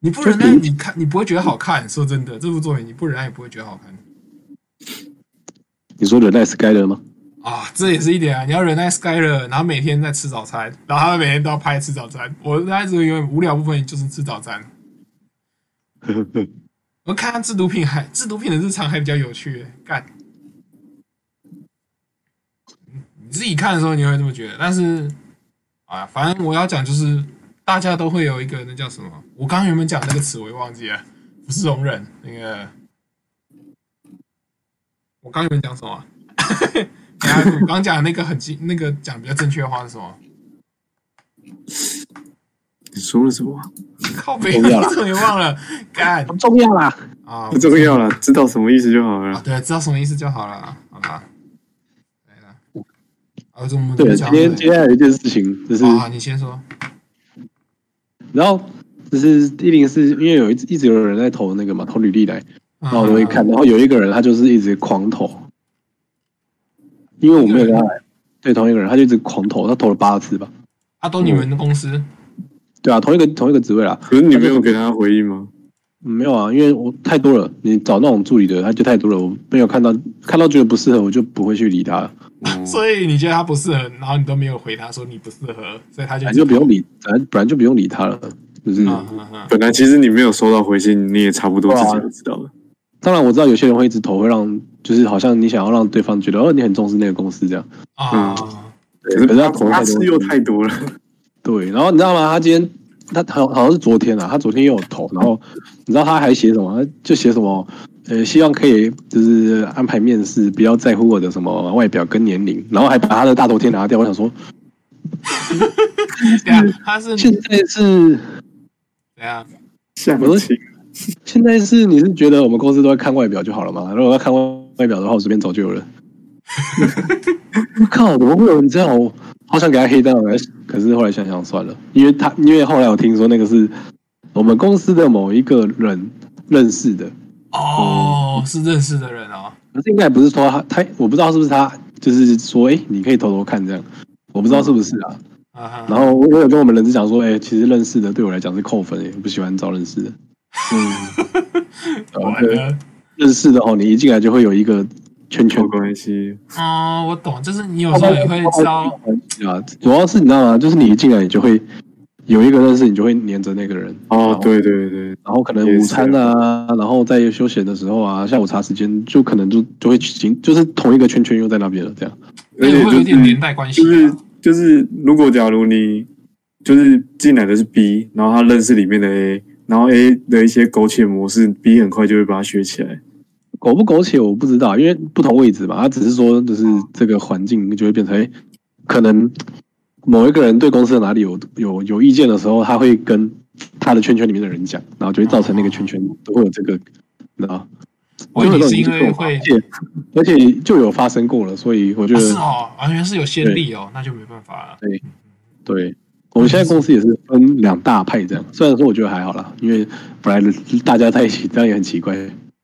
S1: 你不忍耐，你看你不会觉得好看。说真的，这部作品你不忍耐也不会觉得好看
S3: 你说忍耐 Skyler 吗？
S1: 啊。这也是一点啊，你要忍耐 Skyler，然后每天在吃早餐，然后他们每天都要拍吃早餐。我开始有点无聊部分就是吃早餐。我看他制毒品还制毒品的日常还比较有趣、欸，干。你自己看的时候你会这么觉得，但是啊，反正我要讲就是大家都会有一个那叫什么？我刚刚原本讲那个词我也忘记了，不是容忍那个。我刚原本讲什么啊？等一下我刚讲那个很精那个讲比较正确的话是什么？
S2: 你说了什么？
S1: 靠北，
S3: 不要
S1: 我
S3: 啦
S1: 怎么也忘了？干
S3: 不重要啦，
S1: 啊
S2: 不！重要了，知道什么意思就好
S1: 啊，
S2: 了。
S1: 对，知道什么意思就好了啊，好吧？对了，啊，我怎么
S3: 对，今
S1: 讲
S3: 天接下来有一件事情就是，
S1: 啊，你先说
S3: 然后就是一零四，因为有一直一直有人在投那个嘛，投履历来，
S1: 啊。
S3: 然后我就会看，然后有一个人他就是一直狂投，因为我没有跟他来，对，同一个人他就一直狂投，他投了八次吧，
S1: 啊，都你们的公司
S3: 对啊，同一个同一个职位啦，
S2: 可是你没有给他回应吗？
S3: 嗯没有啊，因为我太多了，你找那种助理的他就太多了，我没有看到看到觉得不适合，我就不会去理他了，
S2: 哦
S1: 所以你觉得他不适合，然后你都没有回他说你不适合，所以他就
S3: 反正就不用理，反正本来就不用理他了，就是。
S1: 啊啊啊！
S2: 本来其实你没有收到回信，你也差不多自己就知道了。
S3: 当然我知道有些人会一直投，会让就是好像你想要让对方觉得哦你很重视那个公司这样。嗯
S1: 啊
S3: 对
S2: 可是
S3: 可是他
S2: 他
S3: 投
S2: 他
S3: 太多
S2: 次又太多了，
S3: 对，然后你知道吗？他今天他好好像是昨天啊，他昨天又有投，然后你知道他还写什么？他就写什么呃，希望可以就是安排面试，不要在乎我的什么外表跟年龄，然后还把他的大头贴拿掉。我想说，
S1: 对啊，他是
S3: 现在是
S1: 怎样？
S2: 下
S3: 我都
S2: 情
S3: 现在是你是觉得我们公司都在看外表就好了吗？如果要看外表的话，我随便找就有人。 <laughs> 我靠，怎么会有人这样？我好想给他黑掉，可是后来想想算了，因为他因为后来我听说那个是我们公司的某一个人认识的，
S1: 哦，是认识的人哦。
S3: 可是应该也不是说他他，我不知道是不是他，就是说哎、诶你可以偷偷看这样，我不知道是不是啊。
S1: 啊哈，
S3: 然后我我有跟我们人事讲说，哎、其实认识的对我来讲是扣分、诶我不喜欢招认识的。
S2: 嗯，
S1: 完了，
S3: 认识的哦，你一进来就会有一个圈圈
S2: 没关系。
S1: 哦，我懂，就是你有时候也会招
S3: 啊，哦主要是你知道吗？就是你一进来，你就会有一个认识，你就会黏着那个人。然后，
S2: 哦对对对，
S3: 然后可能午餐啊，然后在休闲的时候啊，下午茶时间，就可能就就会行，就是同一个圈圈又在那边了，这样。
S2: 而且
S1: 也会有
S2: 就
S1: 点
S2: 是
S1: 连带关系
S2: 就
S1: 啊。
S2: 是就是，如果假如你就是进来的是 B，然后他认识里面的 A，然后 A 的一些苟且模式，B 很快就会把它学起来。
S3: 苟不苟且我不知道，因为不同位置嘛，他只是说就是
S1: 嗯
S3: 这个环境就会变成，哎，可能某一个人对公司的哪里有有有意见的时候，他会跟他的圈圈里面的人讲，然后就会造成那个圈圈都会有这个，你知道。
S1: 或
S3: 有
S1: 者
S3: 这
S1: 你是
S3: 种
S1: 因
S3: 情
S1: 哦为
S3: 况
S1: 会
S3: 而且而且就有发生过了，所以我觉
S1: 啊
S3: 得、
S1: 是哦，完全是有先例哦，那就没办法了。
S3: 对。我们现在公司也是分两大派这样，虽然说我觉得还好啦，因为本来大家在一起，这样也很奇怪。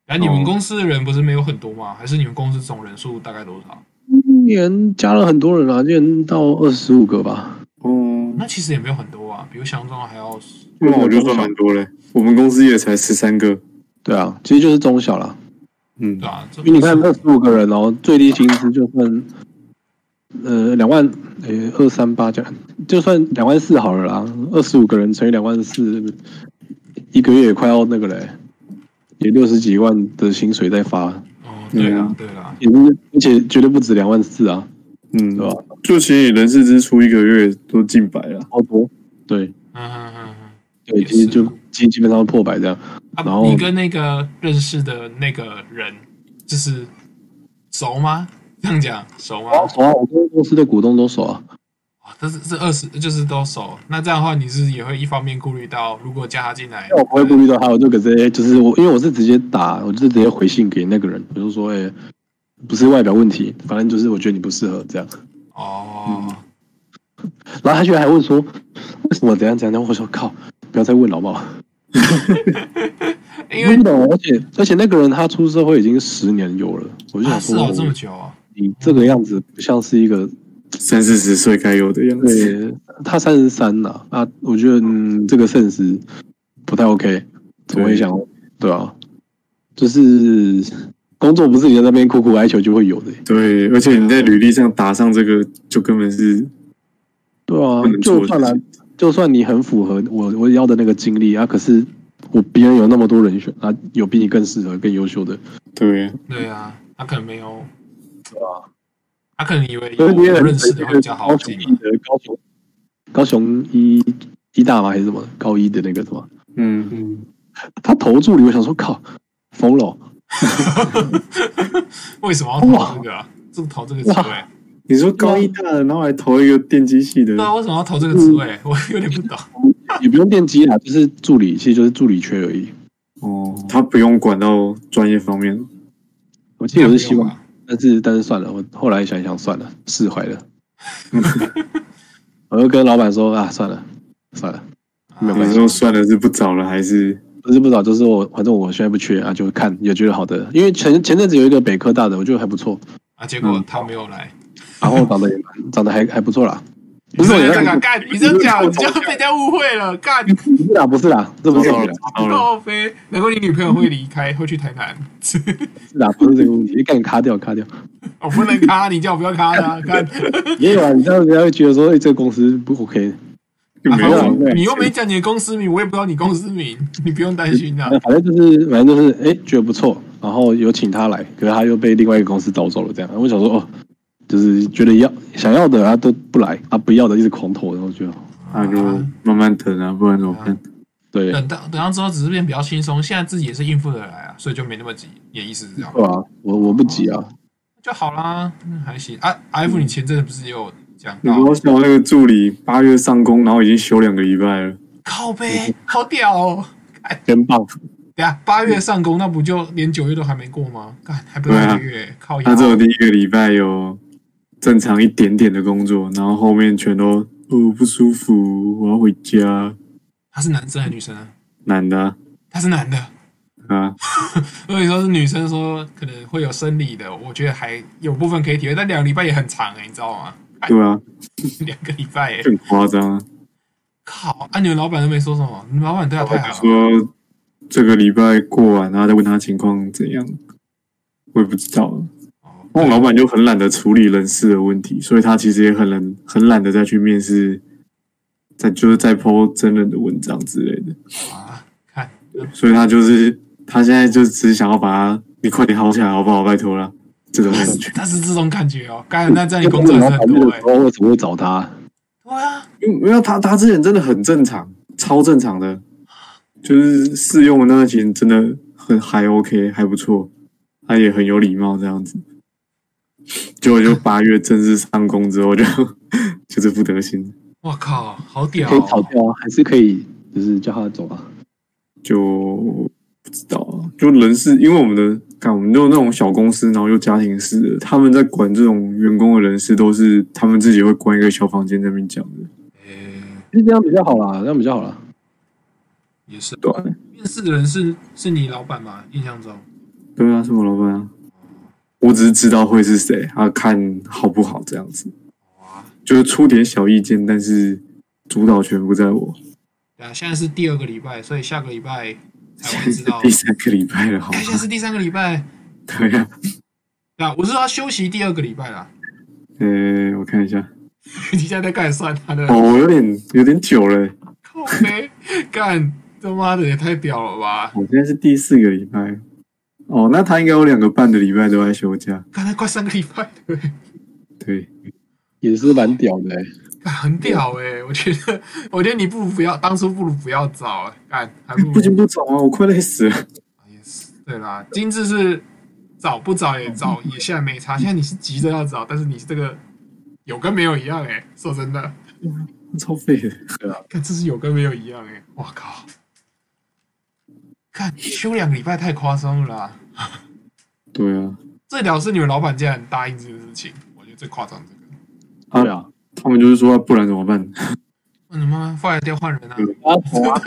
S1: 然后你们
S2: 哦
S1: 公司的人不是没有很多吗？还是你们公司总人数大概多少？嗯
S3: 今年加了很多人啊，今年到二十五个吧。
S2: 哦，
S1: 那其实也没有很多啊，比我想象中还要
S2: 那我就算蛮多嘞。我们公司也才十三个。
S3: 对啊，其实就是中小啦。
S2: 嗯
S1: 对，啊。这
S3: 因为你看二十五个人哦，最低薪资就算呃两万呃二三八加，就算两万四好了啦。二十五个人乘以两万四，一个月也快要那个嘞、也六十几万的薪水在发，
S1: 哦，对啊
S2: 嗯，
S1: 对啊，
S3: 也是而且绝对不止两万四啊，
S2: 嗯
S3: 对，吧？
S2: 就其实你人事支出一个月都近百了。
S3: 好多，对
S1: 嗯哼哼哼。
S3: 对，
S1: 也是
S3: 其实就基基本上破百这样。然
S1: 啊，
S3: 后
S1: 你跟那个认识的那个人，就是熟吗？这样讲熟吗？
S3: 熟啊，我跟公司的股东都熟啊。
S1: 哇，这是这二十就是都熟。那这样的话，你是也会一方面顾虑到，如果加他进来
S3: 因，为我不会顾虑到他，我就给直接就是我，因为我是直接打，我就直接回信给那个人，我就说，哎、不是外表问题，反正就是我觉得你不适合这样。
S1: 哦，
S3: 嗯然后他居然还问说，为什么怎样怎样？然后我说靠，不要再问了好不好？
S1: 因为
S3: 不懂，而且而且那个人他出社会已经十年有了，我就
S1: 啊，
S3: 想
S1: 是
S3: 说，
S1: 哦，这么久哦，
S3: 你这个样子不像是一个
S2: 三四十岁该有的样子。
S3: 对，他三十三呐，啊，我觉得嗯，这个 sense 不太 OK，怎么会想？对啊，就是工作不是你在那边苦苦哀求就会有的、
S2: 对，而且你在履历上打上这个，就根本是
S3: 对啊
S2: 不能，做
S3: 就
S2: 的
S3: 算
S2: 事
S3: 来
S2: 情，
S3: 就算你很符合我我要的那个经历啊，可是我别人有那么多人选啊，有比你更适合、更优秀的，
S2: 对，
S1: 对啊，他可能没有，他可能以为
S3: 啊所
S1: 有
S3: 以你也
S1: 我
S3: 很
S1: 认识的会比较好
S3: 高雄
S1: 进
S3: 一，的高雄高雄一一大吗还是什么高一的那个什么，
S2: 嗯，
S1: 嗯，
S3: 他投助理，我想说靠，疯了哦。
S1: <laughs> 为什么要投这个啊？这个投这个职位
S3: 哇？
S2: 你说高一大的，然后还投一个电机系的
S1: 对，啊，为什么要投这个职
S3: 嗯
S1: 位？ <laughs> 我有点不懂。
S3: <laughs> 也不用电机啦，就是助理，其实就是助理缺而已。
S2: 哦，他不用管到专业方面，
S3: 我记得我是希
S1: 希
S3: 望，
S1: 望
S3: 但是但是算了，我后来想一想算了，释怀了。我就跟老板说啊，算了算了，没有关
S2: 你
S3: 系
S2: 说算了是不找了还是？
S3: 不是不找，就是我反正我现在不缺啊，就看也觉得好的。因为前前阵子有一个北科大的，我觉得还不错，
S1: 啊，结
S3: 嗯
S1: 果他没有来。
S3: 然后长得也蛮长得还还不错啦。不
S1: 你
S3: 是
S1: 这
S3: 我
S1: 个
S3: 也
S1: 这
S3: 看
S1: 个干，你这样讲，你就被人家误会了。干，你
S3: 不是啦不是啦，这不是
S2: 找
S3: 我
S2: 到
S3: 啦
S2: 了，找到了，
S1: 靠飞，难怪你女朋友会离开，会去台南。 <laughs>
S3: 是啦不是这个问题，你赶紧卡掉卡 <laughs> 掉。
S1: 我不能卡你，叫我不要卡他。干，
S3: 也有啊，你这样人家会觉得说，哎、这个公司不 OK，
S2: 就没有
S1: 啊 <laughs>
S2: 了
S1: 你又没讲你的公司名，我也不知道你公司名，你不用担心的。啊
S3: 那反正就是，反正就是，哎、觉得不错，然后有请他来，可是他又被另外一个公司找走了，这样。我想说，哦，就是觉得要想要的啊都不来啊，不要的一直狂投，然后就
S2: 那就慢慢等啊，不然怎么办？
S3: 对，
S1: 等到等到之后只是变比较轻松，现在自己也是应付得来啊，所以就没那么急，也意思是这样
S3: 对吧、我我不急啊，
S1: 就好啦，嗯，还行。啊，F 你前阵子不是也有讲到
S2: 然后像那个助理八月上工，然后已经休两个礼拜了，
S1: 靠背，好屌哦！
S3: 真棒，
S1: 等下八月上工，那不就连九月都还没过吗？干，还不到
S2: 对啊
S1: 一个月，靠腰
S2: 他只有第一个礼拜有正常一点点的工作，然后后面全都哦不舒服，我要回家。
S1: 他是男生还是女生啊？
S2: 男的啊
S1: 他是男的。
S2: 啊，
S1: 如果你说是女生说可能会有生理的，我觉得还有部分可以体会，但两个礼拜也很长哎、你知道吗？ <laughs>
S2: 对啊，
S1: 两个礼拜哎、
S2: 更夸张啊。
S1: 靠！啊，你们老板都没说什么，你们老板对他太好
S2: 他
S1: 了，啊
S2: 说这个礼拜过完，然后再问他情况怎样，我也不知道。
S1: 哦
S2: 那我老板就很懒得处理人事的问题，所以他其实也很懒，很懒得再去面试，再就是再 po 真人的文章之类的。
S1: 啊，看
S2: 所以他就是他现在就只想要把他，你快点好起来好不好？拜托啦，这种感觉。
S1: 他是这种感觉哦。干，那这样你工作
S3: 那
S1: 也
S3: 老
S1: 是
S3: 板
S1: 很
S3: 那
S1: 多
S3: 个
S1: 哎、
S3: 时候为什么会找他？
S1: 对啊，
S2: 因为他他之前真的很正常，超正常的，就是试用的那段期间真的很还 OK，还不错，他也很有礼貌这样子。结果就八月正式上工之后就， <laughs> 就是不得行，
S1: 我靠，好屌、
S3: 可以炒
S1: 哦！
S3: 掉啊，还是可以，就是叫他走啊？
S2: 就不知道啊，就人事，因为我们的看我们就那种小公司，然后又家庭式的，他们在管这种员工的人事，都是他们自己会关一个小房间在那边讲的，
S1: 诶
S3: 其实这样比较好啦，这样比较好啦。
S1: 也是，
S2: 对啊
S1: 面试的人是是你老板吗？印象中，
S2: 对啊，是我老板啊，我只是知道会是谁，啊，看好不好这样子，
S1: 哇，
S2: 就是出点小意见，但是主导权不在我，。
S1: 对啊，现在是第二个礼拜，所以下个礼拜才会知道
S2: <laughs>
S3: <laughs>
S2: 第三个礼拜了，好吗
S1: 看，？现在是第三个礼拜，
S2: 对呀、啊，
S1: 对啊，我是说他休息第二个礼拜啦。 <laughs>
S2: 呃，我看一下，
S1: 你现在在干算他的
S2: 哦，我有点有点久了，
S1: 靠背，干他妈的也太屌了吧！
S2: 我现在是第四个礼拜，哦，那他应该有两个半的礼拜都在休假。
S1: 刚才快三个礼拜了，
S2: 对，
S3: 也是蛮屌的、欸，
S1: 干很屌哎、我觉得，我觉得你不如不要，当初不如不要找、欸，干还不如
S2: 不仅不找啊，我快累死了。 <laughs>
S1: 啊也是对啦，金致是找不找也找，也现在没差。现在你是急着要找，但是你这个有跟没有一样哎、说真的，
S2: 超废的。
S1: 看这是有跟没有一样哎、欸，我靠！看休两个礼拜太夸张了啦，
S2: 对啊，
S1: 最屌是你们老板竟然答应这件事情，我觉得最夸张这个。
S2: 啊
S3: 对啊，
S2: 他们就是说，不然怎么办？
S1: 那怎么办后来调换人啊？ <laughs>
S3: 啊，我啊，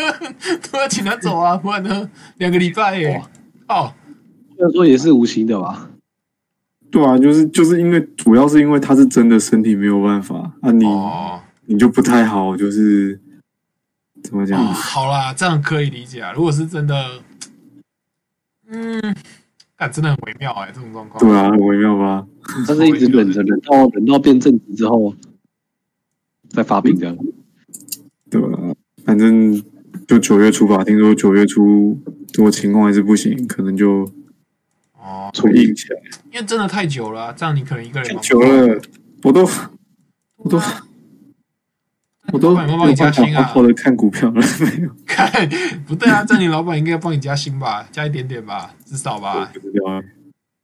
S1: 都要请他走啊，不然呢？两个礼拜耶！哦，
S3: 虽然说也是无形的吧，
S2: 对啊，就是就是因为主要是因为他是真的身体没有办法啊你，你、
S1: 哦，
S2: 就不太好，就是怎么讲、
S1: 哦，好啦，这样可以理解啊。如果是真的，嗯，但真的很微妙哎、这种状况。
S2: 对啊，很微妙吧？
S3: 但是一直忍着，忍到忍到变正直之后再发病这样。
S2: 对啊，反正就九月初吧，听说九月初如果情况还是不行，可能就
S1: 哦，
S2: 会硬起来。
S1: 因为真的太久了啊、这样你可能一个人忙不
S2: 久
S1: 过来，
S2: 了，我都我都
S1: <laughs>
S2: 我都
S1: 老板有没有帮你加薪
S2: 好
S1: 啊
S2: 好？的看股票了，没有？
S1: 看，不对啊，这样你老板应该要帮你加薪吧，加一点点吧，至少吧，
S2: 不知道啊，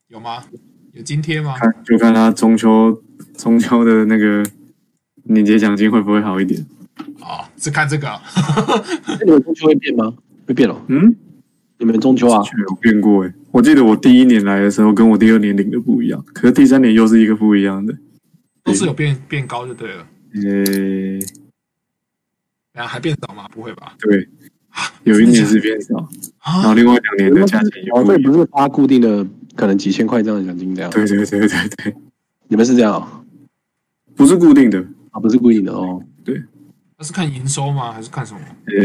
S1: 有吗？有津贴吗？
S2: <laughs> 看就看他中秋中秋的那个年节奖金会不会好一点？
S1: 哦，是看这个啊、
S3: 那你们中秋会变吗？会变哦。
S2: 嗯，
S3: 你们中秋啊，
S2: 确有变过诶、欸我记得我第一年来的时候跟我第二年领的不一样，可是第三年又是一个不一样的。
S1: 都是有变变高就对了，
S2: 呃、
S1: 然后还变少吗？不会吧？
S2: 对，有一年是变少，然后
S1: 啊，
S2: 另外两年的价钱又
S3: 哦，
S2: 不
S3: 对，
S2: 一样。
S3: 不是发固定的，可能几千块这样的奖金这样。
S2: 对对对对对，
S3: 你们是这样哦
S2: 不是固定的。
S3: 啊，不是故意的哦。
S1: 那是看营收吗？还是看什么？
S2: 呃、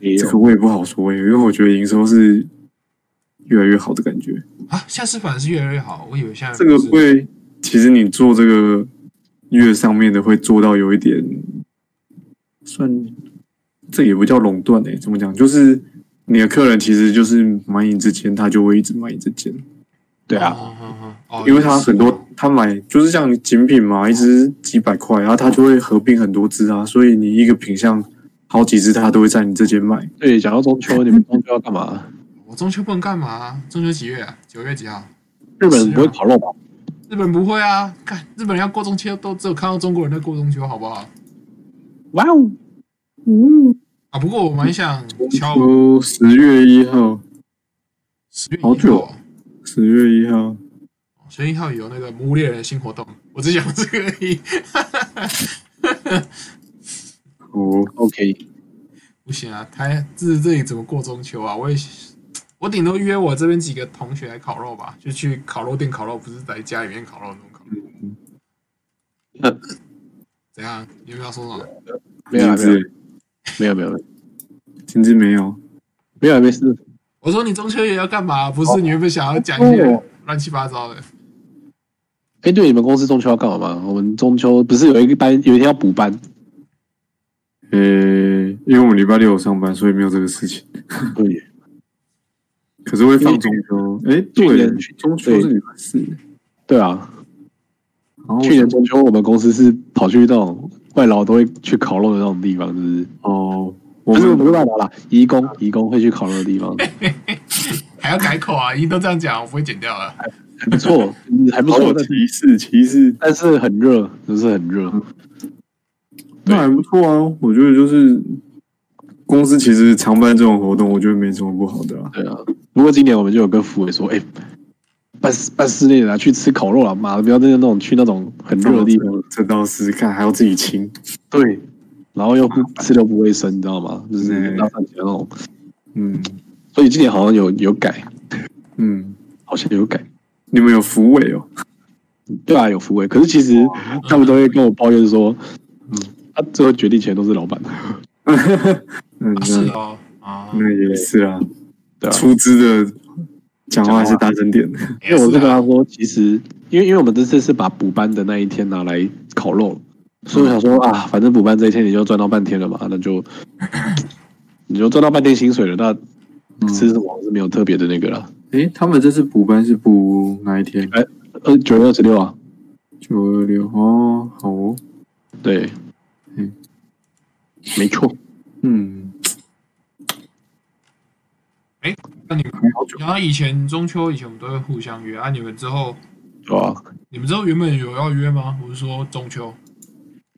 S3: 也
S2: 这
S3: 有
S2: 个我也不好说、欸，因为我觉得营收是越来越好的感觉。
S1: 啊，下次反而是越来越好，我以为现在
S2: 这个
S1: 不是
S2: 会，其实你做这个月上面的会做到有一点，算这也不叫垄断欸诶、怎么讲？就是你的客人其实就是买你之前，他就会一直买你之前，
S3: 对啊，
S1: 哦哦哦哦
S2: 因为他很
S1: 也是
S2: 多他买就是像精品嘛，一只几百块，然后他就会合并很多只啊，所以你一个品相好几只，他都会在你这间卖。
S3: 对，讲到中秋，你们中秋要干嘛？
S1: 我中秋不能干嘛、中秋几月啊？九月几号？
S3: 日本不会烤肉吧？
S1: 日本不会啊，看日本人要过中秋都只有看到中国人在过中秋，好不好？
S3: 哇哦，
S1: 啊，不过我蛮想敲
S2: 就哦十月一号，
S1: 十月一
S2: 好久
S1: 号
S2: 哦，十月一号，
S1: 十月一号有那个《魔物猎人》新活动，我只想这个而已。 <laughs>
S2: 哦，
S3: OK，
S1: 不行啊，台这这里怎么过中秋啊？我也我顶多约我这边几个同学来烤肉吧，就去烤肉店烤肉，不是在家里面烤肉那种烤肉。
S2: 嗯
S1: <laughs> 怎样？你有没有要说什么？
S3: 没有啊
S2: 金枝
S3: 没有没有没有
S2: 金枝没有，
S3: 没有没事，
S1: 我说你中秋也要干嘛？不是你原本想要讲一些乱七八糟的？
S3: 哎、对，你们公司中秋要干嘛吗？我们中秋不是有一个班，有一天要补班，
S2: 呃、因为我们礼拜六有上班，所以没有这个事情。
S3: 对，
S2: 可是会放中秋，哎、
S3: 去
S2: 对
S3: 年，
S2: 中秋是礼拜四，
S3: 对啊，
S2: 然后我
S3: 去年中秋我们公司是跑去那种外劳都会去烤肉的那种地方，就是
S2: 哦，我
S3: 不是不
S2: 们
S3: 是外劳啦，移工移工会去烤肉的地方，
S1: 还要改口啊？一都这样讲，我不会剪掉了。
S3: 还不错，嗯 <laughs> 还不
S2: 好
S3: 错
S2: 有，歧视歧视，
S3: 但是很热，就是很热，对
S2: 那还不错啊。我觉得就是公司其实常办这种活动，我觉得没什么不好的啊。
S3: 对啊。不过今年我们就有跟福伟说，哎、办室办室内的、啊、去吃烤肉啊，妈的，不要那种去那种很热的地方，
S2: 这倒是，看还要自己清，
S3: 对，然后又不吃的不卫生，你知道吗？就是
S2: 嗯
S3: 拉上起来那种，
S2: 嗯
S3: 所以今年好像有有改，
S2: 嗯，
S3: 好像有改，
S2: 你们有福委哦，
S3: 对啊，有复位。可是其实他们都会跟我抱怨说，嗯，他最后决定权都是老板，
S2: 嗯，
S1: 啊是
S2: 那
S1: 哦，啊，
S2: 那也是啊，
S3: 对啊。
S2: 出资的讲话还是大声点的，
S3: 因为
S1: 也
S3: 我是
S1: 是
S3: 跟
S1: 啊
S3: 他说，其实因为因为我们这次是把补班的那一天拿来烤肉，所以我想说啊，反正补班这一天你就赚到半天了嘛，那就你就赚到半天薪水了，那
S1: 嗯
S3: 吃什么是没有特别的那个了。
S2: <laughs> 诶，他们这次补班是补哪一天？
S3: 呃，九月二十六啊，
S2: 九二六哦，好哦，
S3: 对，
S2: 嗯，
S3: 没错。
S2: 嗯，
S1: 哎那你们
S2: 还好久，
S1: 然后以前中秋以前我们都会互相约啊，你们之后
S3: 对啊，
S1: 你们之后原本有要约吗？我是说中秋，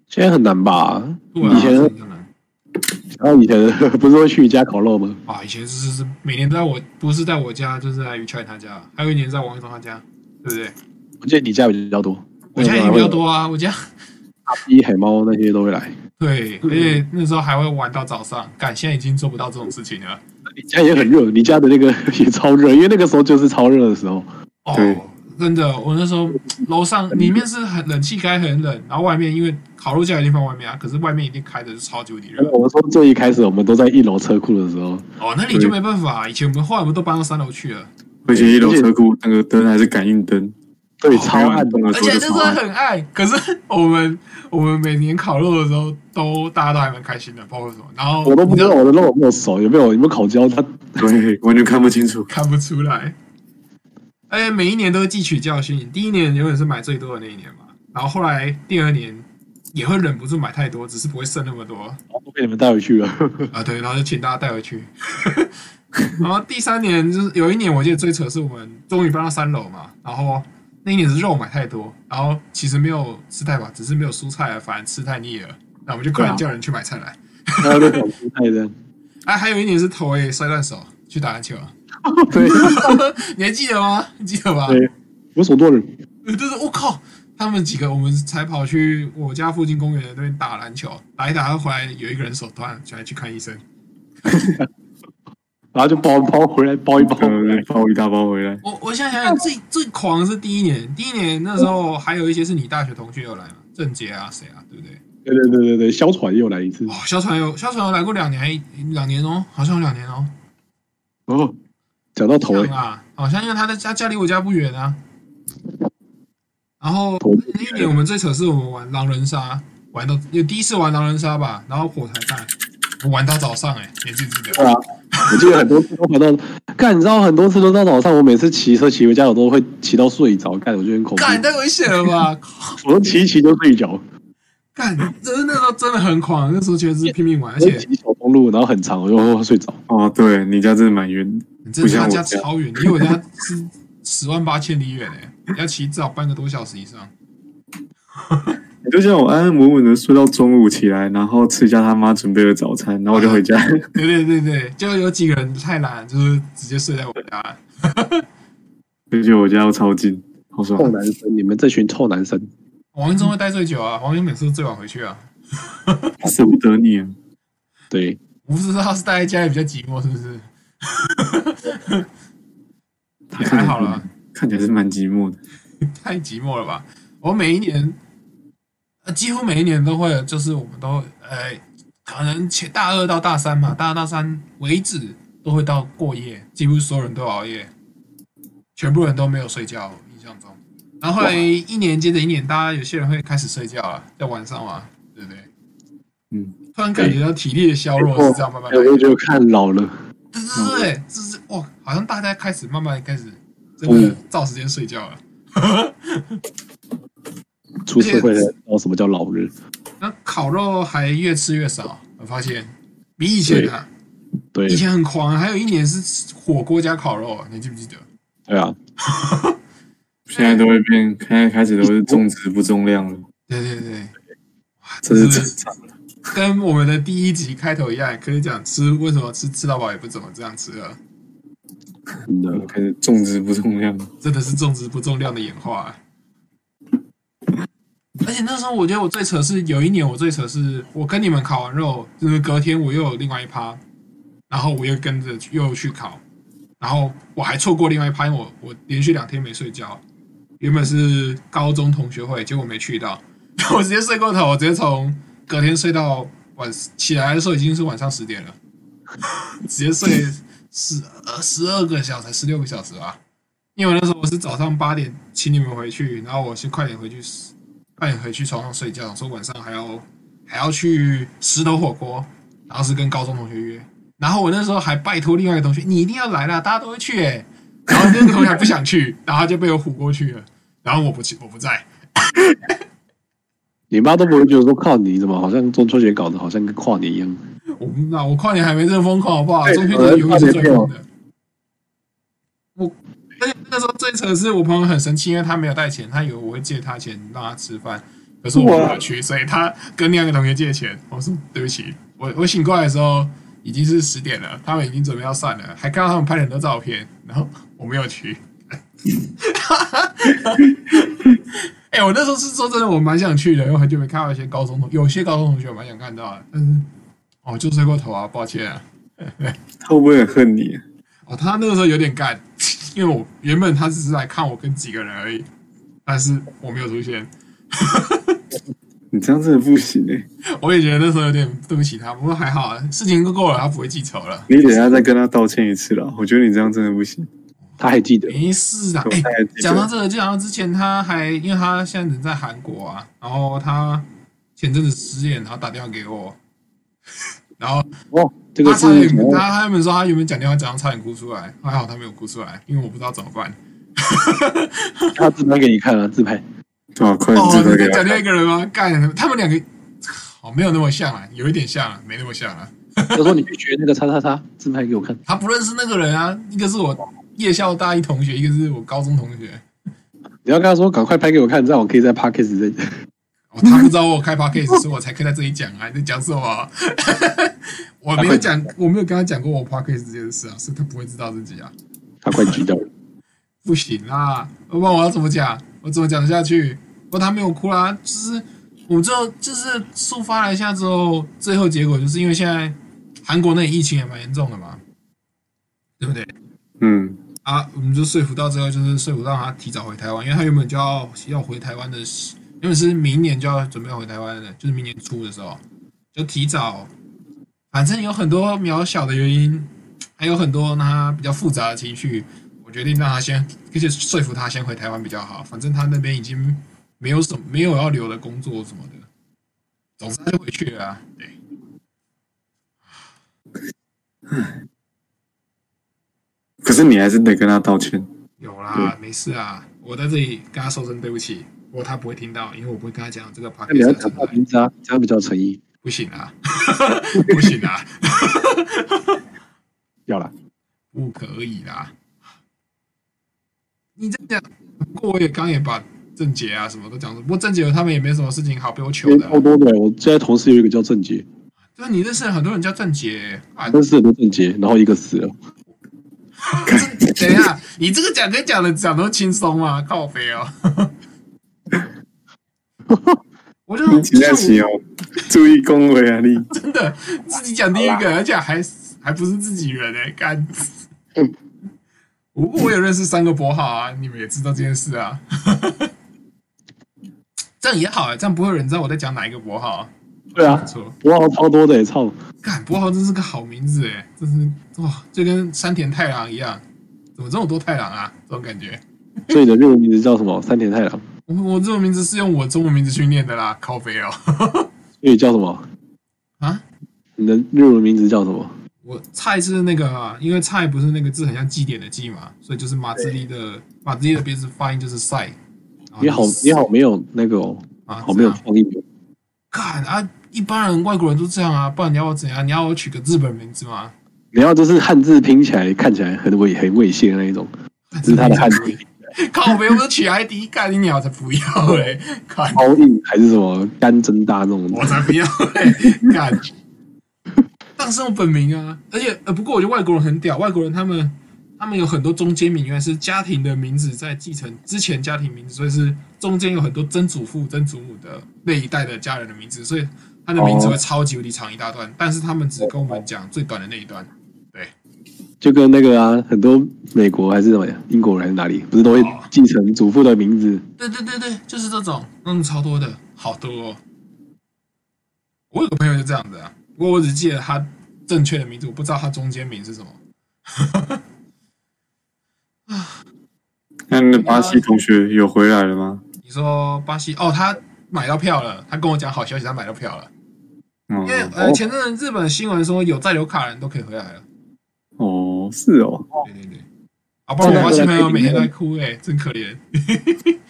S3: 现在很难吧？
S1: 对啊，
S3: 以前
S1: 这很难
S3: 然后以前 <laughs> 不是会去你家烤肉吗？
S1: 哇，以前是是是每年都在我不是在我家，就是在于劝他家，还有一年在王一中他家，对不对？
S3: 我记得你家比较多，
S1: 我家也比较多啊，我家
S3: 阿 B、海猫那些都会来。
S1: 对，而且那时候还会玩到早上，干现在已经做不到这种事情了。
S3: 你家也很热，你家的那个 <laughs> 也超热，因为那个时候就是超热的时候。
S1: 哦
S2: 对，
S1: 真的，我那时候楼上里面是很冷气开很冷，然后外面因为烤肉架一定放外面啊，可是外面一定开的是超级无敌热。嗯
S3: <laughs> 我说最一开始我们都在一楼车库的时候，
S1: 哦，那你就没办法，以前我们后来我们都搬到三楼去了，
S2: 而且一楼车库那个灯还是感应灯，
S3: 对，
S1: 哦
S3: 超暗的
S2: 那
S1: 而
S2: 时候
S1: 且
S2: 就
S1: 那
S2: 啊
S1: 时
S2: 超
S1: 候
S2: 暗。
S1: 很爱，可是我们我们每年烤肉的时候都大家都还蛮开心的，包括什么，然后
S3: 我都不知道
S1: 你
S3: 我的肉有没有熟，有没有有没有烤焦它。
S2: 对，完全看不清楚。
S1: 看不出来。而且每一年都会汲取教训，第一年永远是买最多的那一年嘛，然后后来第二年也会忍不住买太多，只是不会剩那么多。
S3: 都被你们带回去了。 <laughs>
S1: 啊，对，然后就请大家带回去。 <laughs> 然后第三年就是有一年，我记得最扯是我们终于搬到三楼嘛，然后那一年是肉买太多，然后其实没有吃太饱，只是没有蔬菜了，反而吃太腻了，那我们就快点叫人去买菜来。
S3: 大家都搞蔬菜 <laughs> 的，
S1: 哎、还有一年是头诶摔断手去打篮球，啊
S3: 对，
S1: <laughs> 你还记得吗？ <laughs> 你记得吧？
S3: 对为所多人。
S1: 就是我、靠，他们几个我们才跑去我家附近公园那边打篮球，打一打回来有一个人手断，就来去看医生。
S3: 然后就包包回来，包一包回来
S2: 呃，，包一大包回来，
S1: 我我现在想想，最最狂的是第一年，第一年那时候还有一些是你大学同学有来嘛，郑杰啊，谁啊，对不对？
S3: 对对对对对，哮喘又来一次
S1: 哦，，小船有小船有来过两年，还两年哦，好像有两年哦，
S3: 哦，讲到头
S1: 像
S3: 哎，
S1: 啊，好像因为他的家家离我家不远啊。然后
S3: 头
S1: 那一年我们最扯是我们玩狼人杀，玩到有第一次玩狼人杀吧，然后火柴弹，我玩到早上哎、你还记不记得？
S3: 对啊，我记得很多次都跑到，干，你知道很多次都到早上，我每次骑车骑回家，我都会骑到睡着，干，我觉得很恐怖，
S1: 干太危险了吧！靠
S3: 我都骑一骑就睡着，
S1: 干，真的那时候真的很狂，那时候觉得是拼命玩，而
S3: 我
S1: 且
S3: 骑小公路，然后很长，我就睡着。
S2: 哦，对你家真的蛮远的，
S1: 你这他
S2: 不
S1: 家
S2: 像我家
S1: 超远，离我家是十万八千里远哎、要骑至少半个多小时以上。 <laughs>
S2: 你就像我安安稳稳的睡到中午起来，然后吃一下他妈准备的早餐，然后我就回家。 <laughs>
S1: 对对对对，就有几个人太懒，就是直接睡在我家。
S2: 而且我家又超近，好爽
S1: 哦
S3: 臭。男生，你们这群臭男生，
S1: 王一中会待最久啊，王一中每次都最晚回去啊。
S2: 舍不得你啊！
S3: 对，
S1: 我不知道是待在家里比较寂寞，是不是？
S2: 他
S1: 也
S2: 看起来
S1: 还好啦，
S2: 看起来是蛮寂
S1: 哎
S2: 寞的。
S1: 太寂寞了吧？我每一年，呃，几乎每一年都会，就是我们都呃，可能前大二到大三嘛，大二到三为止都会到过夜，几乎所有人都熬夜，全部人都没有睡觉，印象中。然后后来
S3: 哇
S1: 一年接着一年，大家有些人会开始睡觉了，在晚上嘛，对不对？
S2: 嗯，
S1: 突然感觉到体力的削弱
S3: 没错
S1: 是这样慢慢
S3: 哎
S1: 来的，
S3: 我就看老了，
S1: 对对对，就是哇，好像大家开始慢慢开始真的照时间睡觉了。
S3: 出社会了，知道什么叫老人。
S1: 那烤肉还越吃越少，我发现比以前啊，
S3: 对
S1: 以，前很狂，啊还有一年是火锅加烤肉，啊你记不记得？
S3: 对啊，
S2: 现在都会变，现在开始都是重质不重量了，
S1: 对对对，哇，
S2: 这是正常的。
S1: 跟我们的第一集开头一样，可以讲吃为什么吃吃到饱也不怎么这样吃啊了，
S3: 真
S2: 我们
S3: 的，
S2: 开始重质不重量了，
S1: 真的是重质不重量的演化、啊。而且那时候我觉得我最扯是有一年我最扯是我跟你们烤完肉，就是隔天我又有另外一趴，然后我又跟着去又去烤，然后我还错过另外一趴，因为我我连续两天没睡觉。原本是高中同学会，结果没去到， <laughs> 我直接睡过头，我直接从隔天睡到晚起来的时候已经是晚上十点了，直接睡十呃十二个小时，十六个小时啊！因为我那时候我是早上八点请你们回去，然后我是快点回去，快点回去床上睡觉，说晚上还要还要去石头火锅，然后是跟高中同学约，然后我那时候还拜托另外一个同学，你一定要来啦，大家都会去诶、欸然后那个同学还不想去，然后他就被我唬过去了。然后我不去，我不在。
S3: 你妈都不会觉得说靠你怎么好像中秋节搞得好像跟跨年一样。
S1: 我不知道，我跨年还没这么疯狂，好不好？
S3: 对
S1: 中秋节永远是最疯的。我而且那时候最扯的是，我朋友很生气，因为他没有带钱，他以为我会借他钱让他吃饭，可是我没有去，所以他跟另外一个同学借钱。我说对不起，我我醒过来的时候已经是十点了，他们已经准备要散了，还看到他们拍了很多照片，然后我没有去。 <laughs> 哎、我那时候是说真的，我蛮想去的，因为很久没看到一些高中同，有些高中同学我蛮想看到的，但是哦，就睡过头啊，抱歉啊。
S2: 他 <laughs> 会不会很恨你？
S1: 哦，他那个时候有点干，因为我原本他只是来看我跟几个人而已，但是我没有出现，
S2: 你这样真的不行哎、
S1: 我也觉得那时候有点对不起他，不过还好啊，事情都过了，他不会记仇了，
S2: 你等一下再跟他道歉一次啦。我觉得你这样真的不行。
S3: 他还记得，
S1: 没事啊。哎、
S2: 我太记得
S1: 讲到这个，就讲到之前他还，因为他现在人在韩国啊，然后他前阵子失恋，然后打电话给我，然后
S3: 哦，这个
S1: 他
S3: 是
S1: 差点，他他们说他原本讲电话讲到差点哭出来，还好他没有哭出来，因为我不知道怎么办。
S3: 他自拍给你看了，啊自拍。
S2: 对啊，快点
S1: 哦，
S2: 自拍
S1: 你
S2: 给
S1: 在
S2: 他
S1: 讲。另一个人吗？干，他们两个哦，没有那么像啊，有一点像啊，没那么像啊。
S3: 他说你去学那个叉叉叉，自拍给我看。
S1: 他不认识那个人啊，一个是我夜校大一同学，一个是我高中同学。
S3: 你要跟他说赶快拍给我看，这样我可以在 podcast 再讲。
S1: 哦，他不知道我有开 podcast，所以我才可以在这里讲啊。 <laughs> 你在讲什么？我没有讲，我没有跟他讲过我 podcast 这件事啊，所以他不会知道自己啊。
S3: 他快举到了，
S1: 不行啦，要不然我要怎么讲？我怎么讲得下去？不过他没有哭啦，就是我最后就是抒发了一下之后，最后结果就是因为现在韩国那里疫情也蛮严重的嘛，对不对？
S2: 嗯，
S1: 啊，我们就说服到最后，就是说服到他提早回台湾，因为他原本就要要回台湾的，原本是明年就要准备要回台湾的，就是明年初的时候，就提早。反正有很多渺小的原因，还有很多让他比较复杂的情绪，我决定让他先，而且说服他先回台湾比较好。反正他那边已经没有什么没有要留的工作什么的，总之他就回去了、啊。对，
S2: 可是你还是得跟他道歉。
S1: 有啦，没事啊，我在这里跟他说声对不起。不过他不会听到，因为我不会跟他讲这个 p o d
S3: 那你
S1: c
S3: 要
S1: a
S3: 讲他名字啊，这样比较有诚意。
S1: 不行啊， <laughs> 不行啊，
S3: 要啦，
S1: 不可以啦！你这样讲，不过我也刚也把郑杰啊什么都讲了，不过郑杰他们也没什么事情好被我
S3: 因
S1: 求
S3: 为
S1: 的啊、
S3: 超多的。我现在同事有一个叫郑杰，
S1: 就是你认识很多人叫郑杰啊，
S3: 认识很多郑杰，然后一个死了。
S1: 这等一下，啊你这个讲跟讲的讲都轻松吗？靠飞
S3: <laughs>
S1: 哦！我就
S2: 请假
S1: 就是
S2: 起哦，注意恭维
S1: <laughs>
S2: 啊你。
S1: 我真的自己讲第一个，而且还还不是自己人哎、干！我我有认识三个博好啊，你们也知道这件事啊。 <laughs> 这样也好啊、这样不会有人知道我在讲哪一个博好、啊。
S3: 对啊
S1: 不，错，
S3: 哇，超多的，欸操！
S1: 干博好真是个好名字哎、真是哇，就跟山田太郎一样，怎么这么多太郎啊？这种感觉。
S3: 所以你的日文名字叫什么？三田太郎。
S1: 我我这种名字是用我中文名字去念的啦，靠背哦。 <laughs>
S3: 所以叫什么？
S1: 啊，
S3: 你的日文名字叫什么？
S1: 我菜是那个啊，因为菜不是那个字很像祭典的祭嘛，所以就是马自立的马自立的鼻子发音就是赛。
S3: 你好，你好，没有那个哦，
S1: 哦啊，
S3: 好没有
S1: 这样
S3: 创意哦。
S1: 干啊！一般人外国人都这样啊，不然你要我怎样？你要我取个日本名字吗？
S3: 你要就是汉字拼起来看起来很猥很猥亵的那一种，只是他的汉字
S1: <laughs> 靠背，我都取 ID 干你鸟，我才不要
S3: <laughs>
S1: 嘞！干，
S3: 超硬还是什么干蒸大那种
S1: 我才不要嘞！干，但是用本名啊，而且呃，不过我觉得外国人很屌，外国人他们他们有很多中间名，原来是家庭的名字在继承之前家庭名字，所以是中间有很多曾祖父、曾祖母的那一代的家人的名字，所以他的名字会超级无敌长一大段，但是他们只跟我们讲最短的那一段。
S3: 就跟那个啊，很多美国还是什么呀，英国人还是哪里，不是都会
S1: 哦
S3: 继承祖父的名字？
S1: 对对对对，就是这种，嗯，超多的，好多、哦。我有个朋友就这样子啊，不过我只记得他正确的名字，我不知道他中间名是什么。
S2: 那你的巴西同学有回来了吗？
S1: 你说巴西哦，他买到票了，他跟我讲好消息，他买到票了。
S2: 嗯
S1: 因，为呃，前阵子日本的新闻说有在留卡的人都可以回来了。
S2: 哦，是哦，
S1: 对对对，啊，不然我巴西朋友每天都在哭哎、真可怜。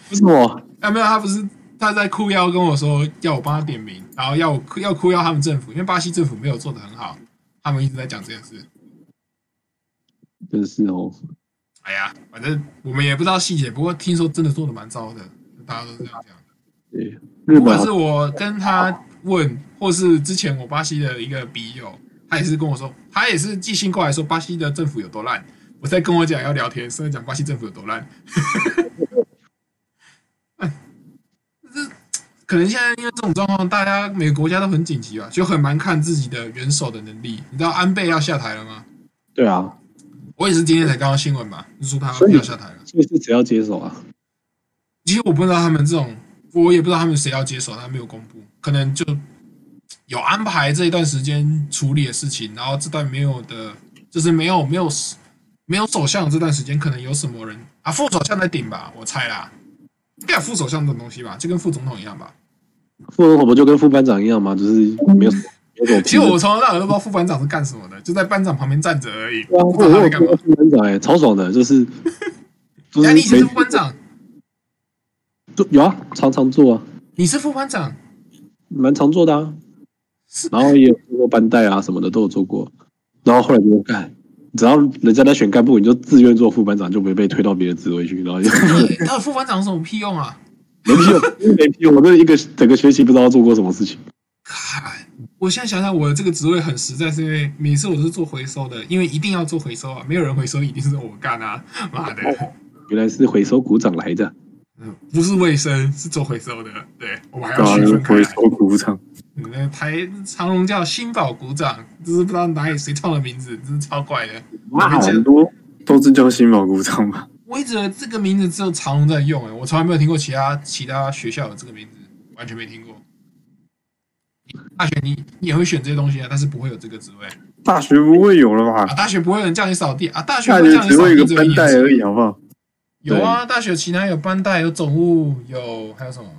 S3: 为什么？
S1: 啊，没有，他不是他在哭腰跟我说要我帮他点名，然后要我哭要哭腰他们政府，因为巴西政府没有做得很好，他们一直在讲这件事。
S3: 真是哦，
S1: 哎呀，反正我们也不知道细节，不过听说真的做的蛮糟的，大家都是这样讲。
S3: 对，日
S1: 不
S3: 本啊
S1: 管是我跟他问，或是之前我巴西的一个笔友，他也是跟我说，他也是寄信过来说巴西的政府有多烂。我在跟我 <laughs> 讲要聊天，是在讲巴西政府有多烂。哎可能现在因为这种状况，大家每个国家都很紧急吧，就很蛮看自己的元首的能力。你知道安倍要下台了吗？
S3: 对啊，
S1: 我也是今天才看到新闻嘛，就说他
S3: 所以
S1: 要下台了。
S3: 所以是谁要接手啊？
S1: 其实我不知道他们这种，我也不知道他们谁要接手，他没有公布，可能就有安排这一段时间处理的事情，然后这段没有的，就是没有没有没有首相的这段时间，可能有什么人啊，副首相在顶吧，我猜啦，应该有副首相这种东西吧，就跟副总统一样吧。
S3: 副总统不就跟副班长一样吗？就是没有什么没有什么屁的。
S1: 其实我从头到尾都不知道副班长是干什么的，就在班长旁边站着而已，
S3: 对啊，
S1: 不知道他在干嘛
S3: 我。副班长哎、超爽的，就是就
S1: 哎，
S3: 是
S1: 你以前
S3: 没
S1: 是副班长，
S3: 做有啊，常常做啊，
S1: 你是副班长，
S3: 蛮常做的啊
S1: 是。
S3: 然后也有做过班带啊什么的都有做过，然后后来就干，只要人家在选干部，你就自愿做副班长，就不会被推到别的职位去，然
S1: <laughs>
S3: 后就
S1: 对到底副班长有什么屁用啊？
S3: 没屁用，真的没屁用。我这一个整个学期不知道做过什么事情。
S1: 看，我现在想想，我的这个职位很实在，是因为每次我都是做回收的，因为一定要做回收啊，没有人回收一定是我干啊， <laughs> 妈的，
S3: 原来是回收鼓掌来的，
S1: 嗯不是卫生，是做回收的，对我们还要
S2: 啊
S1: 区分，开
S2: 回
S1: 来。
S2: 收鼓掌，
S1: 嗯那台长荣叫新宝鼓掌，就是不知道哪里谁创的名字，真是超怪的。
S2: 哇，哦很多都是叫新宝鼓掌吧？
S1: 我一直以为这个名字只有长荣在用、欸，我从来没有听过其他其他学校有这个名字，完全没听过。大学你你也会选这些东西啊，但是不会有这个职位
S2: 大学不会有了吧
S1: 啊。？大学不会有人叫你扫地啊，大学
S2: 大
S1: 会
S2: 学
S1: 叫你
S2: 只
S1: 扫
S2: 会有
S1: 地
S2: 一
S1: 只
S2: 个
S1: 有一年
S2: 班带
S1: 级
S2: 而已，好不好？
S1: 有啊，大学其他有班带，有总务，有还有什么？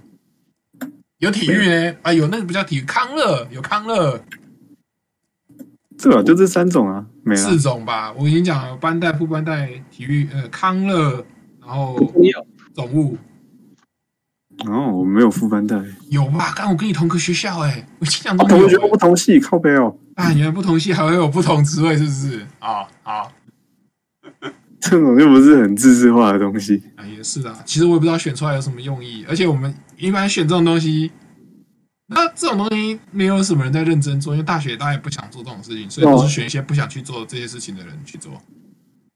S1: 有体育呢？啊，有那个不叫体育，康乐有康乐
S2: 对吧？就这三种啊，没了
S1: 四。种吧。我已经讲了，班带、副班带、体育，呃，康乐，然后
S3: 不重要。
S1: 总务
S2: 哦，我没有副班带，
S1: 有吧？刚我跟你同个学校哎、我印象
S2: 啊，
S1: 中有
S2: 同学
S1: 欸
S2: 不同系，靠背哦，
S1: 啊，原来不同系还会有不同职位，是不是？啊、好，
S2: 这种又不是很自治化的东西。
S1: 啊，也是啦。其实我也不知道选出来有什么用意，而且我们一般选这种东西，那这种东西没有什么人在认真做，因为大学大家也不想做这种事情，所以
S3: 对啊
S1: 都是选一些不想去做这些事情的人去做。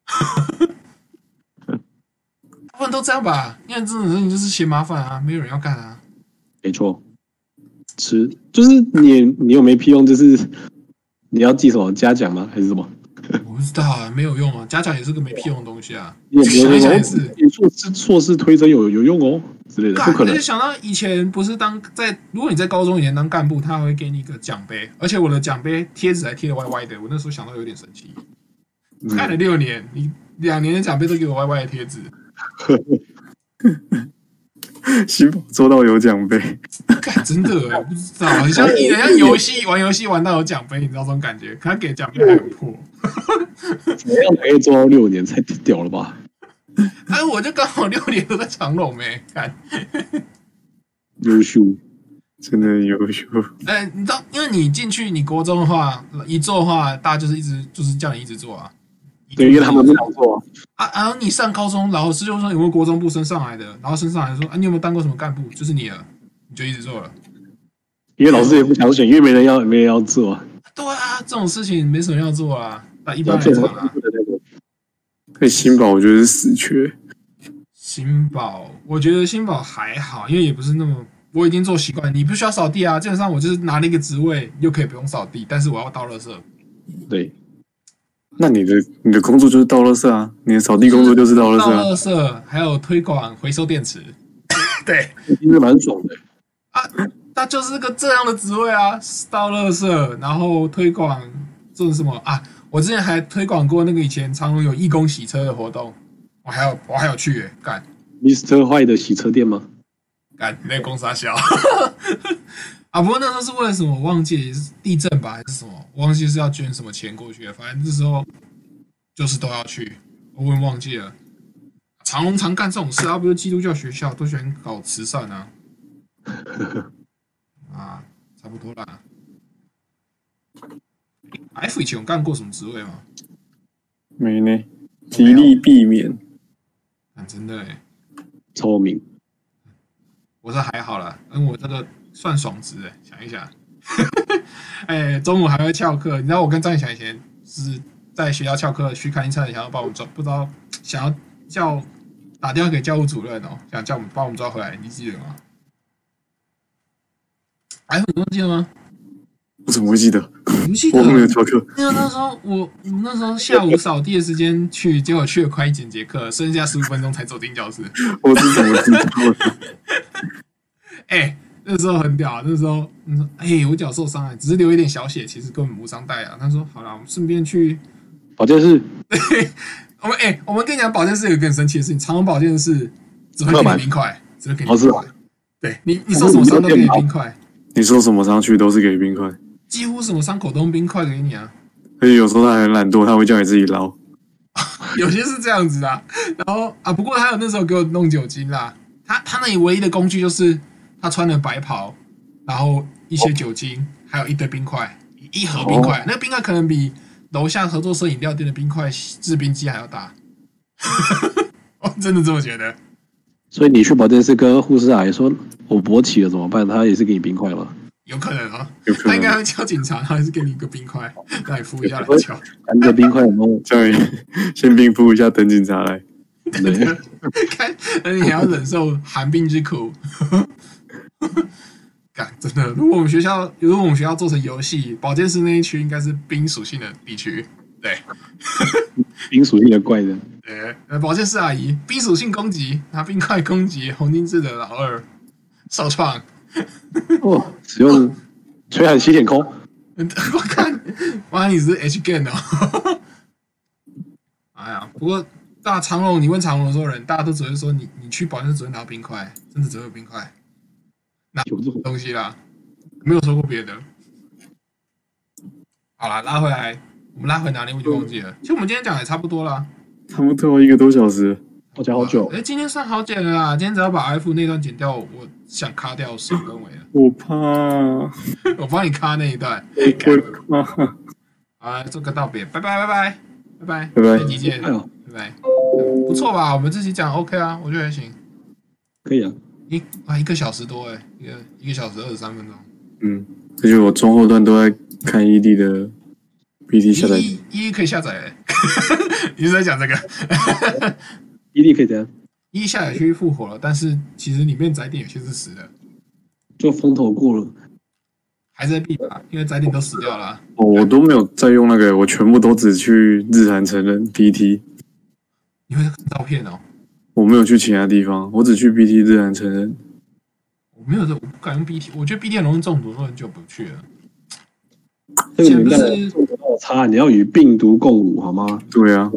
S1: <laughs> 大部分都这样吧，因为这种事情就是嫌麻烦啊，没有人要干啊。
S3: 没错，吃就是你你有没屁用，就是你要记什么嘉奖吗？还是什么？
S1: 我不知道啊，没有用啊，家长也是个没屁用的东西啊。
S3: 你也不
S1: 想
S3: 会
S1: 一想
S3: 说
S1: 也是
S3: 哦，你硕士硕士推甄有有用哦之类的，不可
S1: 而
S3: 能
S1: 且。想到以前不是当在，如果你在高中以前当干部，他还会给你一个奖杯，而且我的奖杯贴纸还贴的歪歪的，我那时候想到有点生气。
S3: 嗯
S1: 看了六年，你两年的奖杯都给我歪歪的贴纸，
S2: 新宝做到有奖杯，
S1: 干真的、欸，我不知道，很
S3: <laughs>
S1: 像你人家游戏玩游戏玩到有奖杯，你知道这种感觉，可他给奖杯还很破。
S3: 怎么样可以做到六年才屌了吧？
S1: 哎，我就刚好六年都在长隆没、欸、看。
S3: 优秀，
S2: 真的很优秀。
S1: 哎，你知道，因为你进去你国中的话，一做的话，大家就是一直就是叫你一直做啊。
S3: 对，因为他们
S1: 一
S3: 不
S1: 直做
S3: 想做啊。
S1: 啊，然后你上高中，老师就说有没有国中部升上来的，然后升上来说啊，你有没有当过什么干部？就是你了，你就一直做了。
S3: 因为老师也不想选，因为没人要，没人要做啊。
S1: 对啊，这种事情没什么要做啊，那一般
S3: 要
S1: 来
S3: 做什
S1: 讲
S3: 么
S1: 啊，
S3: 的那个？
S2: 对新宝，我觉得是死缺。
S1: 新宝，我觉得新宝还好，因为也不是那么，我已经做习惯，你不需要扫地啊，基本上我就是拿了一个职位，又可以不用扫地，但是我要倒垃圾，
S3: 对，
S2: 那你的你的工作就是倒垃圾啊，你的扫地工作就是倒垃圾
S1: 倒
S2: 啊。
S1: 垃圾，还有推广回收电池， <laughs> 对，
S3: 因为蛮爽的。
S1: 啊，那就是个这样的职位啊，到垃圾，然后推广这种什么啊？我之前还推广过那个以前长隆有义工洗车的活动，我还有我还有去耶、干
S3: Mr. 坏的洗车店吗？
S1: 干那个公司小 <laughs> 啊！不过那时候是为了什么我忘记，也是地震吧还是什么，我忘记是要捐什么钱过去了，反正那时候就是都要去，我也忘记了。长隆常干这种事，啊，不是基督教学校都喜欢搞慈善啊。啊，差不多啦。F 以前有干过什么职位吗？
S2: 没呢，极力避免。
S1: 啊，真的哎，
S3: 超明，
S1: 我是还好啦，因
S2: 嗯
S1: 为我这个算爽职哎，想一想， <laughs> 哎，中午还会翘课，你知道我跟张以翔以前是在学校翘课，去看医生，想要把我们抓，不知道想要叫打电话给教务主任哦，想叫我们把我们抓回来，你记得吗？还有你忘记了吗？
S2: 我怎么会记得？
S1: 你不记得
S2: 我？后面有翘课，
S1: 因啊为那时候我我们那时候下午扫地的时间去，结果去了快一整节课，剩下十五分钟才走进教室。
S2: 我是怎么知道的？ <laughs>
S1: 哎、那时候很屌、啊，那时候那时候哎、我脚受伤了，只是流一点小血，其实根本无伤大雅。他说好啦，我们顺便去
S3: 保健室
S1: 我们哎、我们跟你讲，保健室有一个更神奇的事情，长隆保健室只会给你冰块，只会给你
S3: 哦是
S1: 冰
S3: 哦
S1: 块。对你，你受什么伤都给你冰块，
S2: 你说什么上去都是给冰块，
S1: 几乎什么伤口都用冰块给你啊。
S2: 而且有时候他很懒惰，他会叫你自己捞。
S1: 有些是这样子啊，然后啊，不过还有那时候给我弄酒精啦。他他那里唯一的工具就是他穿了白袍，然后一
S2: 哦
S1: 些酒精，还有一堆冰块，一盒冰块。那个冰块可能比楼下合作社饮料店的冰块制冰机还要大。 <laughs> 我真的这么觉得。
S3: 所以你去保健室跟护士阿姨说我勃起了怎么办？她也是给你冰块吗？
S1: 有可能啊、
S2: 有可
S1: 他应该
S2: 能哦
S1: 会叫警察，他还是给你一个冰块，让你敷一下来敲。
S3: 把你的冰块有没有？
S2: 叫你 <laughs> 先冰敷一下，等警察来。
S3: 对，
S1: 看，而且还要忍受寒冰之苦。 <laughs> 干，真的，如果我们学校，如果我们学校做成游戏，保健室那一区应该是冰属性的地区。对，
S3: 冰属性的怪人。
S1: 对，呃，保健室阿姨，冰属性攻击，拿冰块攻击红金制的老二，受创。 <laughs>
S3: 哦，使用吹寒吸舔空，
S1: 我看，哇，你是 H g a n 哦！ <laughs> 哎呀，不过大长龙，你问长龙所有人，大家都只会说你你去保健室只会拿冰块，真的只会有冰块
S3: 有这种
S1: 东西啦，没有说过别的。好啦，拉回来，我们拉回哪里我就忘
S3: 嗯
S1: 记了。其实我们今天讲得也差不多啦。
S2: 差不多一个多小时，
S3: 我讲好久
S1: 哎、，今天算好剪了啦，今天只要把 F 那段剪掉，我想卡掉首跟尾了，
S3: <laughs>
S2: 我怕，啊我
S1: 我帮你卡那一段。
S2: 怕。
S1: 好来做个道别，拜拜拜拜拜拜，
S2: 拜拜
S1: 下集见。
S3: 哎呦，
S1: 对不对？不错吧？我们这期讲 OK 啊，我觉得还行。
S3: 可以啊，
S1: 一啊，一个小时多哎、一个一个小时二十三分钟。
S2: 嗯，而且我中后段都在看异地的 PT 下载，
S1: 一一一可以下载、 <laughs> 欸，你是在讲这个？
S3: 伊利可以怎样？
S1: 一下载区复活了，但是其实里面载点有些是死的，
S3: 就风头过了，
S1: 还是在 B 吧，因为载点都死掉了啊。
S2: 哦，我都没有在用那个，我全部都只去日韩成人 PT，
S1: 你会看照片哦？
S2: 我没有去其他地方，我只去 PT 日韩成人。
S1: 我没有这，我不敢用 BT，我觉得 BT 很容易中毒，所以很久不去了。
S3: 这个年代
S1: 以前不
S3: 落差，你要与病毒共舞好吗？
S2: 对啊，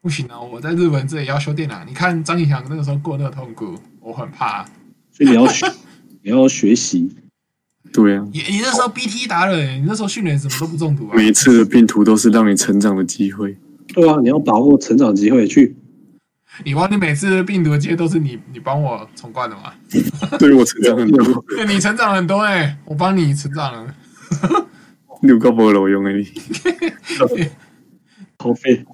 S1: 不行啊，我在日本这里要修电脑，你看张以翔那个时候过那个痛苦，我很怕。
S3: 所以你要学，你要学习，
S2: 对啊，
S1: 你你那时候 BT 达人、欸你那时候训练什么都不中毒啊？
S2: 每一次的病毒都是让你成长的机会。
S3: 对啊，你要把握成长机会去。
S1: 你忘记每次病毒接都是你你帮我重灌的吗？
S2: 对我成长很多，
S1: 对你成长很多哎、我帮你成长了。
S2: 六高博楼用而已。
S3: 好费，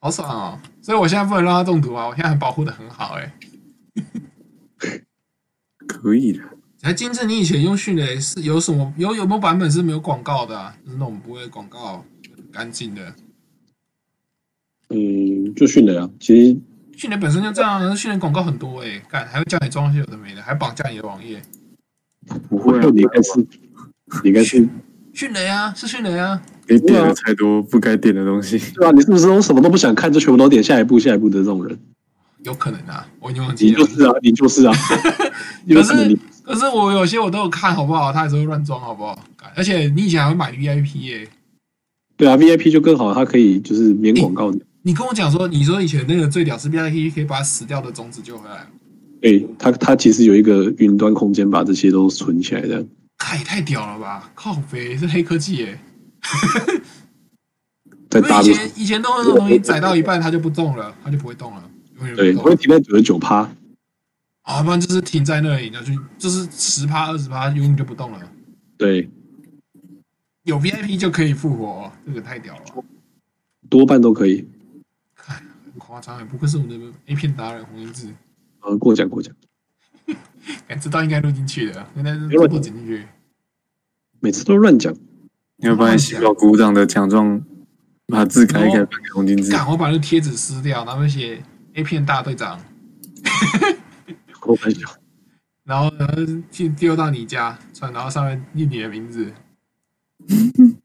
S1: 好爽哦！所以我现在不能让它中毒啊，我现在还保护的很好哎、欸。
S2: 可以的，
S1: 哎，金正，你以前用迅雷是有什么有有没有版本是没有广告的、啊？就是那种不会广告干净的。
S3: 嗯，就训练啊。其实
S1: 迅雷本身就这样啊，迅雷广告很多哎、欸，干还会叫你装一些有的没的，还绑架你的网页。
S2: 不会啊，
S3: 你应该是，你应该是，
S1: 迅雷啊，是迅雷啊，
S2: 你点了太多不该点的东西。
S3: 对啊，你是不是都什么都不想看，就全部都点下一步、下一步的这种人？
S1: 有可能啊，我已经忘记
S3: 你
S1: 了。
S3: 就是啊，你就是啊，有可能你
S1: 可是我有些我都有看，好不好？他还是会乱装，好不好？而且你以前还会买 VIP 耶、
S3: 对啊，VIP 就更好，它可以就是免广告的，
S1: 你跟我讲说，你说以前那个最屌是 VIP 可以把死掉的种子救回来，
S3: 对它它其实有一个云端空间把这些都存起来的。
S1: 看也太屌了吧！靠北是黑科技欸耶、
S3: 在
S1: 因
S3: 大
S1: 为
S3: 陆
S1: 以，前以前都是那种东西载到一半它就不动了，它就不会动了，永远
S3: 对，
S1: 不
S3: 它
S1: 动
S3: 会。停在九十九趴，
S1: 啊，不然就是停在那里，然后就就是十趴二十趴，永远就不动了。
S3: 对，
S1: 有 VIP 就可以复活哦、这个太屌了，
S3: 多半都可以。
S1: 很夸张耶！不愧是我们的 A 片达人洪英志，
S3: 呃，过奖过奖，
S1: 感知道应该录进去的，应该是
S3: 没问
S1: 偷
S3: 题
S1: 偷剪进去。
S3: 每次都乱讲，
S2: 你要把你新老鼓掌的奖状把字改一改，
S1: 哦
S2: 翻给红金字。
S1: 干，我把那个贴纸撕掉，然后写 A 片大队长，
S3: 开玩笑。
S1: 然后然后丢丢到你家，算，然后上面印你的名字，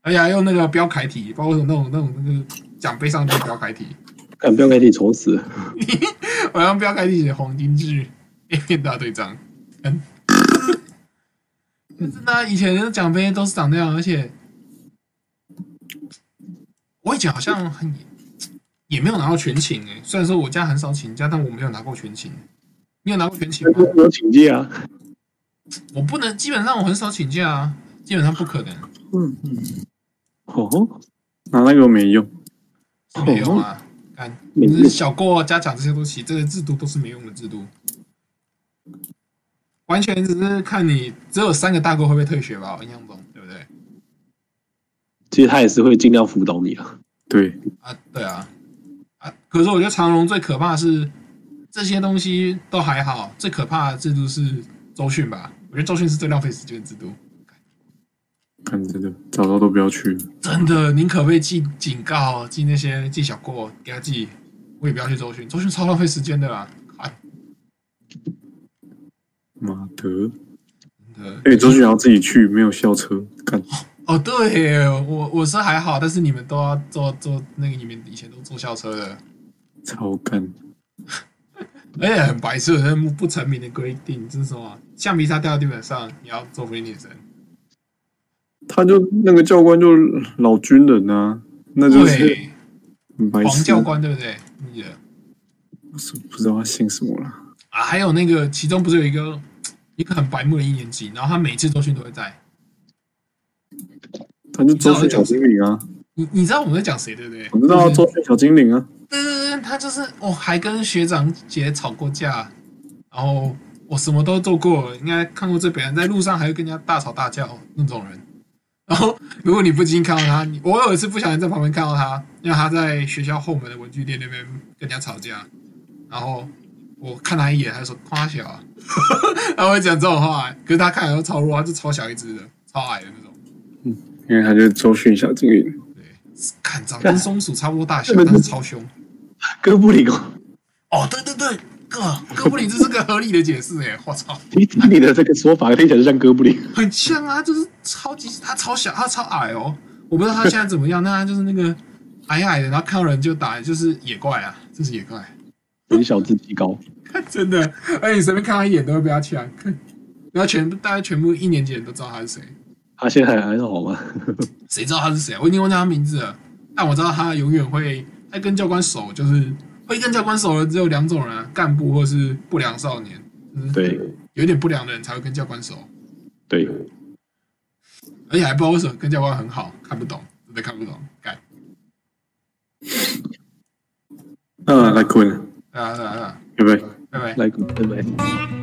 S1: 而且还用那个标楷体，包括那种那种那个奖杯上都是标楷体，
S3: 干不要给你愁死了。
S1: 我用标楷体写黄金制，一片大队长，嗯， <laughs> 可是呢，以前的奖杯都是长那样，而且我以前好像很也没有拿到全勤诶、虽然说我家很少请假，但我没有拿过全勤。你有拿过全勤吗？
S3: 有请假啊，
S1: 我不能，基本上我很少请假啊，基本上不可能，
S2: 嗯，
S3: 哦，
S2: 拿那个没用，
S1: 是没用啊。干，
S3: 没
S1: 就是
S3: 用
S1: 小过家长这些东西，这个制度都是没用的制度，完全只是看你只有三个大过会不会退学吧，我印象中，对不对？
S3: 其实他也是会尽量辅导你啊。
S2: 对，
S1: 啊，对啊，啊，可是我觉得长隆最可怕的是这些东西都还好，最可怕的制度是周训吧，我觉得周训是最浪费时间的制度。
S2: 看真的，早知道都不要去了。
S1: 真的，您可不可以记警告，记那些记小过，给他记，我也不要去周训，周训超浪费时间的啦。哎，
S2: 妈的！
S1: 真的
S2: 哎、周迅要自己去，没有校车，干
S1: 哦，对耶，我我是还好，但是你们都要坐坐那个，你们以前都坐校车的，
S2: 超干。
S1: 而且很白痴，那不不成名的规定，这是什么？橡皮擦掉到地板上，你要做回女神。
S2: 他就那个教官就老军人啊，那就是
S1: 对，
S2: 很白
S1: 黄
S2: 痴。
S1: 教官对不对？你的
S2: 不是不知道他姓什么啦。
S1: 啊，还有那个，其中不是有一个一个很白目的一年级，然后他每次周训都会在。
S2: 他就周迅小精灵啊，
S1: 你你知道我们在讲谁对不对？
S2: 我知道
S1: 就
S2: 啊
S1: 是
S2: 周迅小精灵啊，
S1: 对对对，他就是我还跟学长姐吵过架，然后我什么都做过，应该看过最北人，在路上还会跟人家大吵大叫那种人。然后如果你不经意看到他，你我有一次不小心在旁边看到他，因为他在学校后门的文具店那边跟人家吵架，然后我看他一眼，他就说夸小啊，他会讲这种话，可是他看起来都超弱，他就超小一只的，超矮的那种，
S2: 因为他就是周迅小精灵。
S1: 对，看长跟松鼠差不多大小，
S3: 根本
S1: 但
S3: 就是
S1: 超凶。
S3: 哥布林，
S1: 哦，对对对，哥哥布林这是个合理的解释哎， <laughs> 我操，
S3: 听听你的这个说法，听起来就像哥布林。
S1: 很像啊，就是超级他超小，他超矮哦，我不知道他现在怎么样，但他就是那个矮矮的，然后看到人就打，就是野怪啊，这是野怪，
S3: 人小志气高，
S1: 真的，而且你随便看他一眼都会被他抢，看，然后啊全大家全部一年级人都知道他是谁，
S3: 他现在还还好吗？ <laughs>
S1: 谁知道他是谁啊？我已经忘记他名字了，但我知道他永远会，他跟教官熟，就是会跟教官熟的只有两种人、啊，干部或是不良少年，就是
S3: 对
S1: 有点不良的人才会跟教官熟。
S3: 对，
S1: 而且还不知道为什么跟教官很好，看不懂，真的看不懂，干
S2: 嗯、啊，来困了，
S1: 啊啊啊！啊
S2: 拜拜。
S1: 拜拜。
S3: 来，拜拜。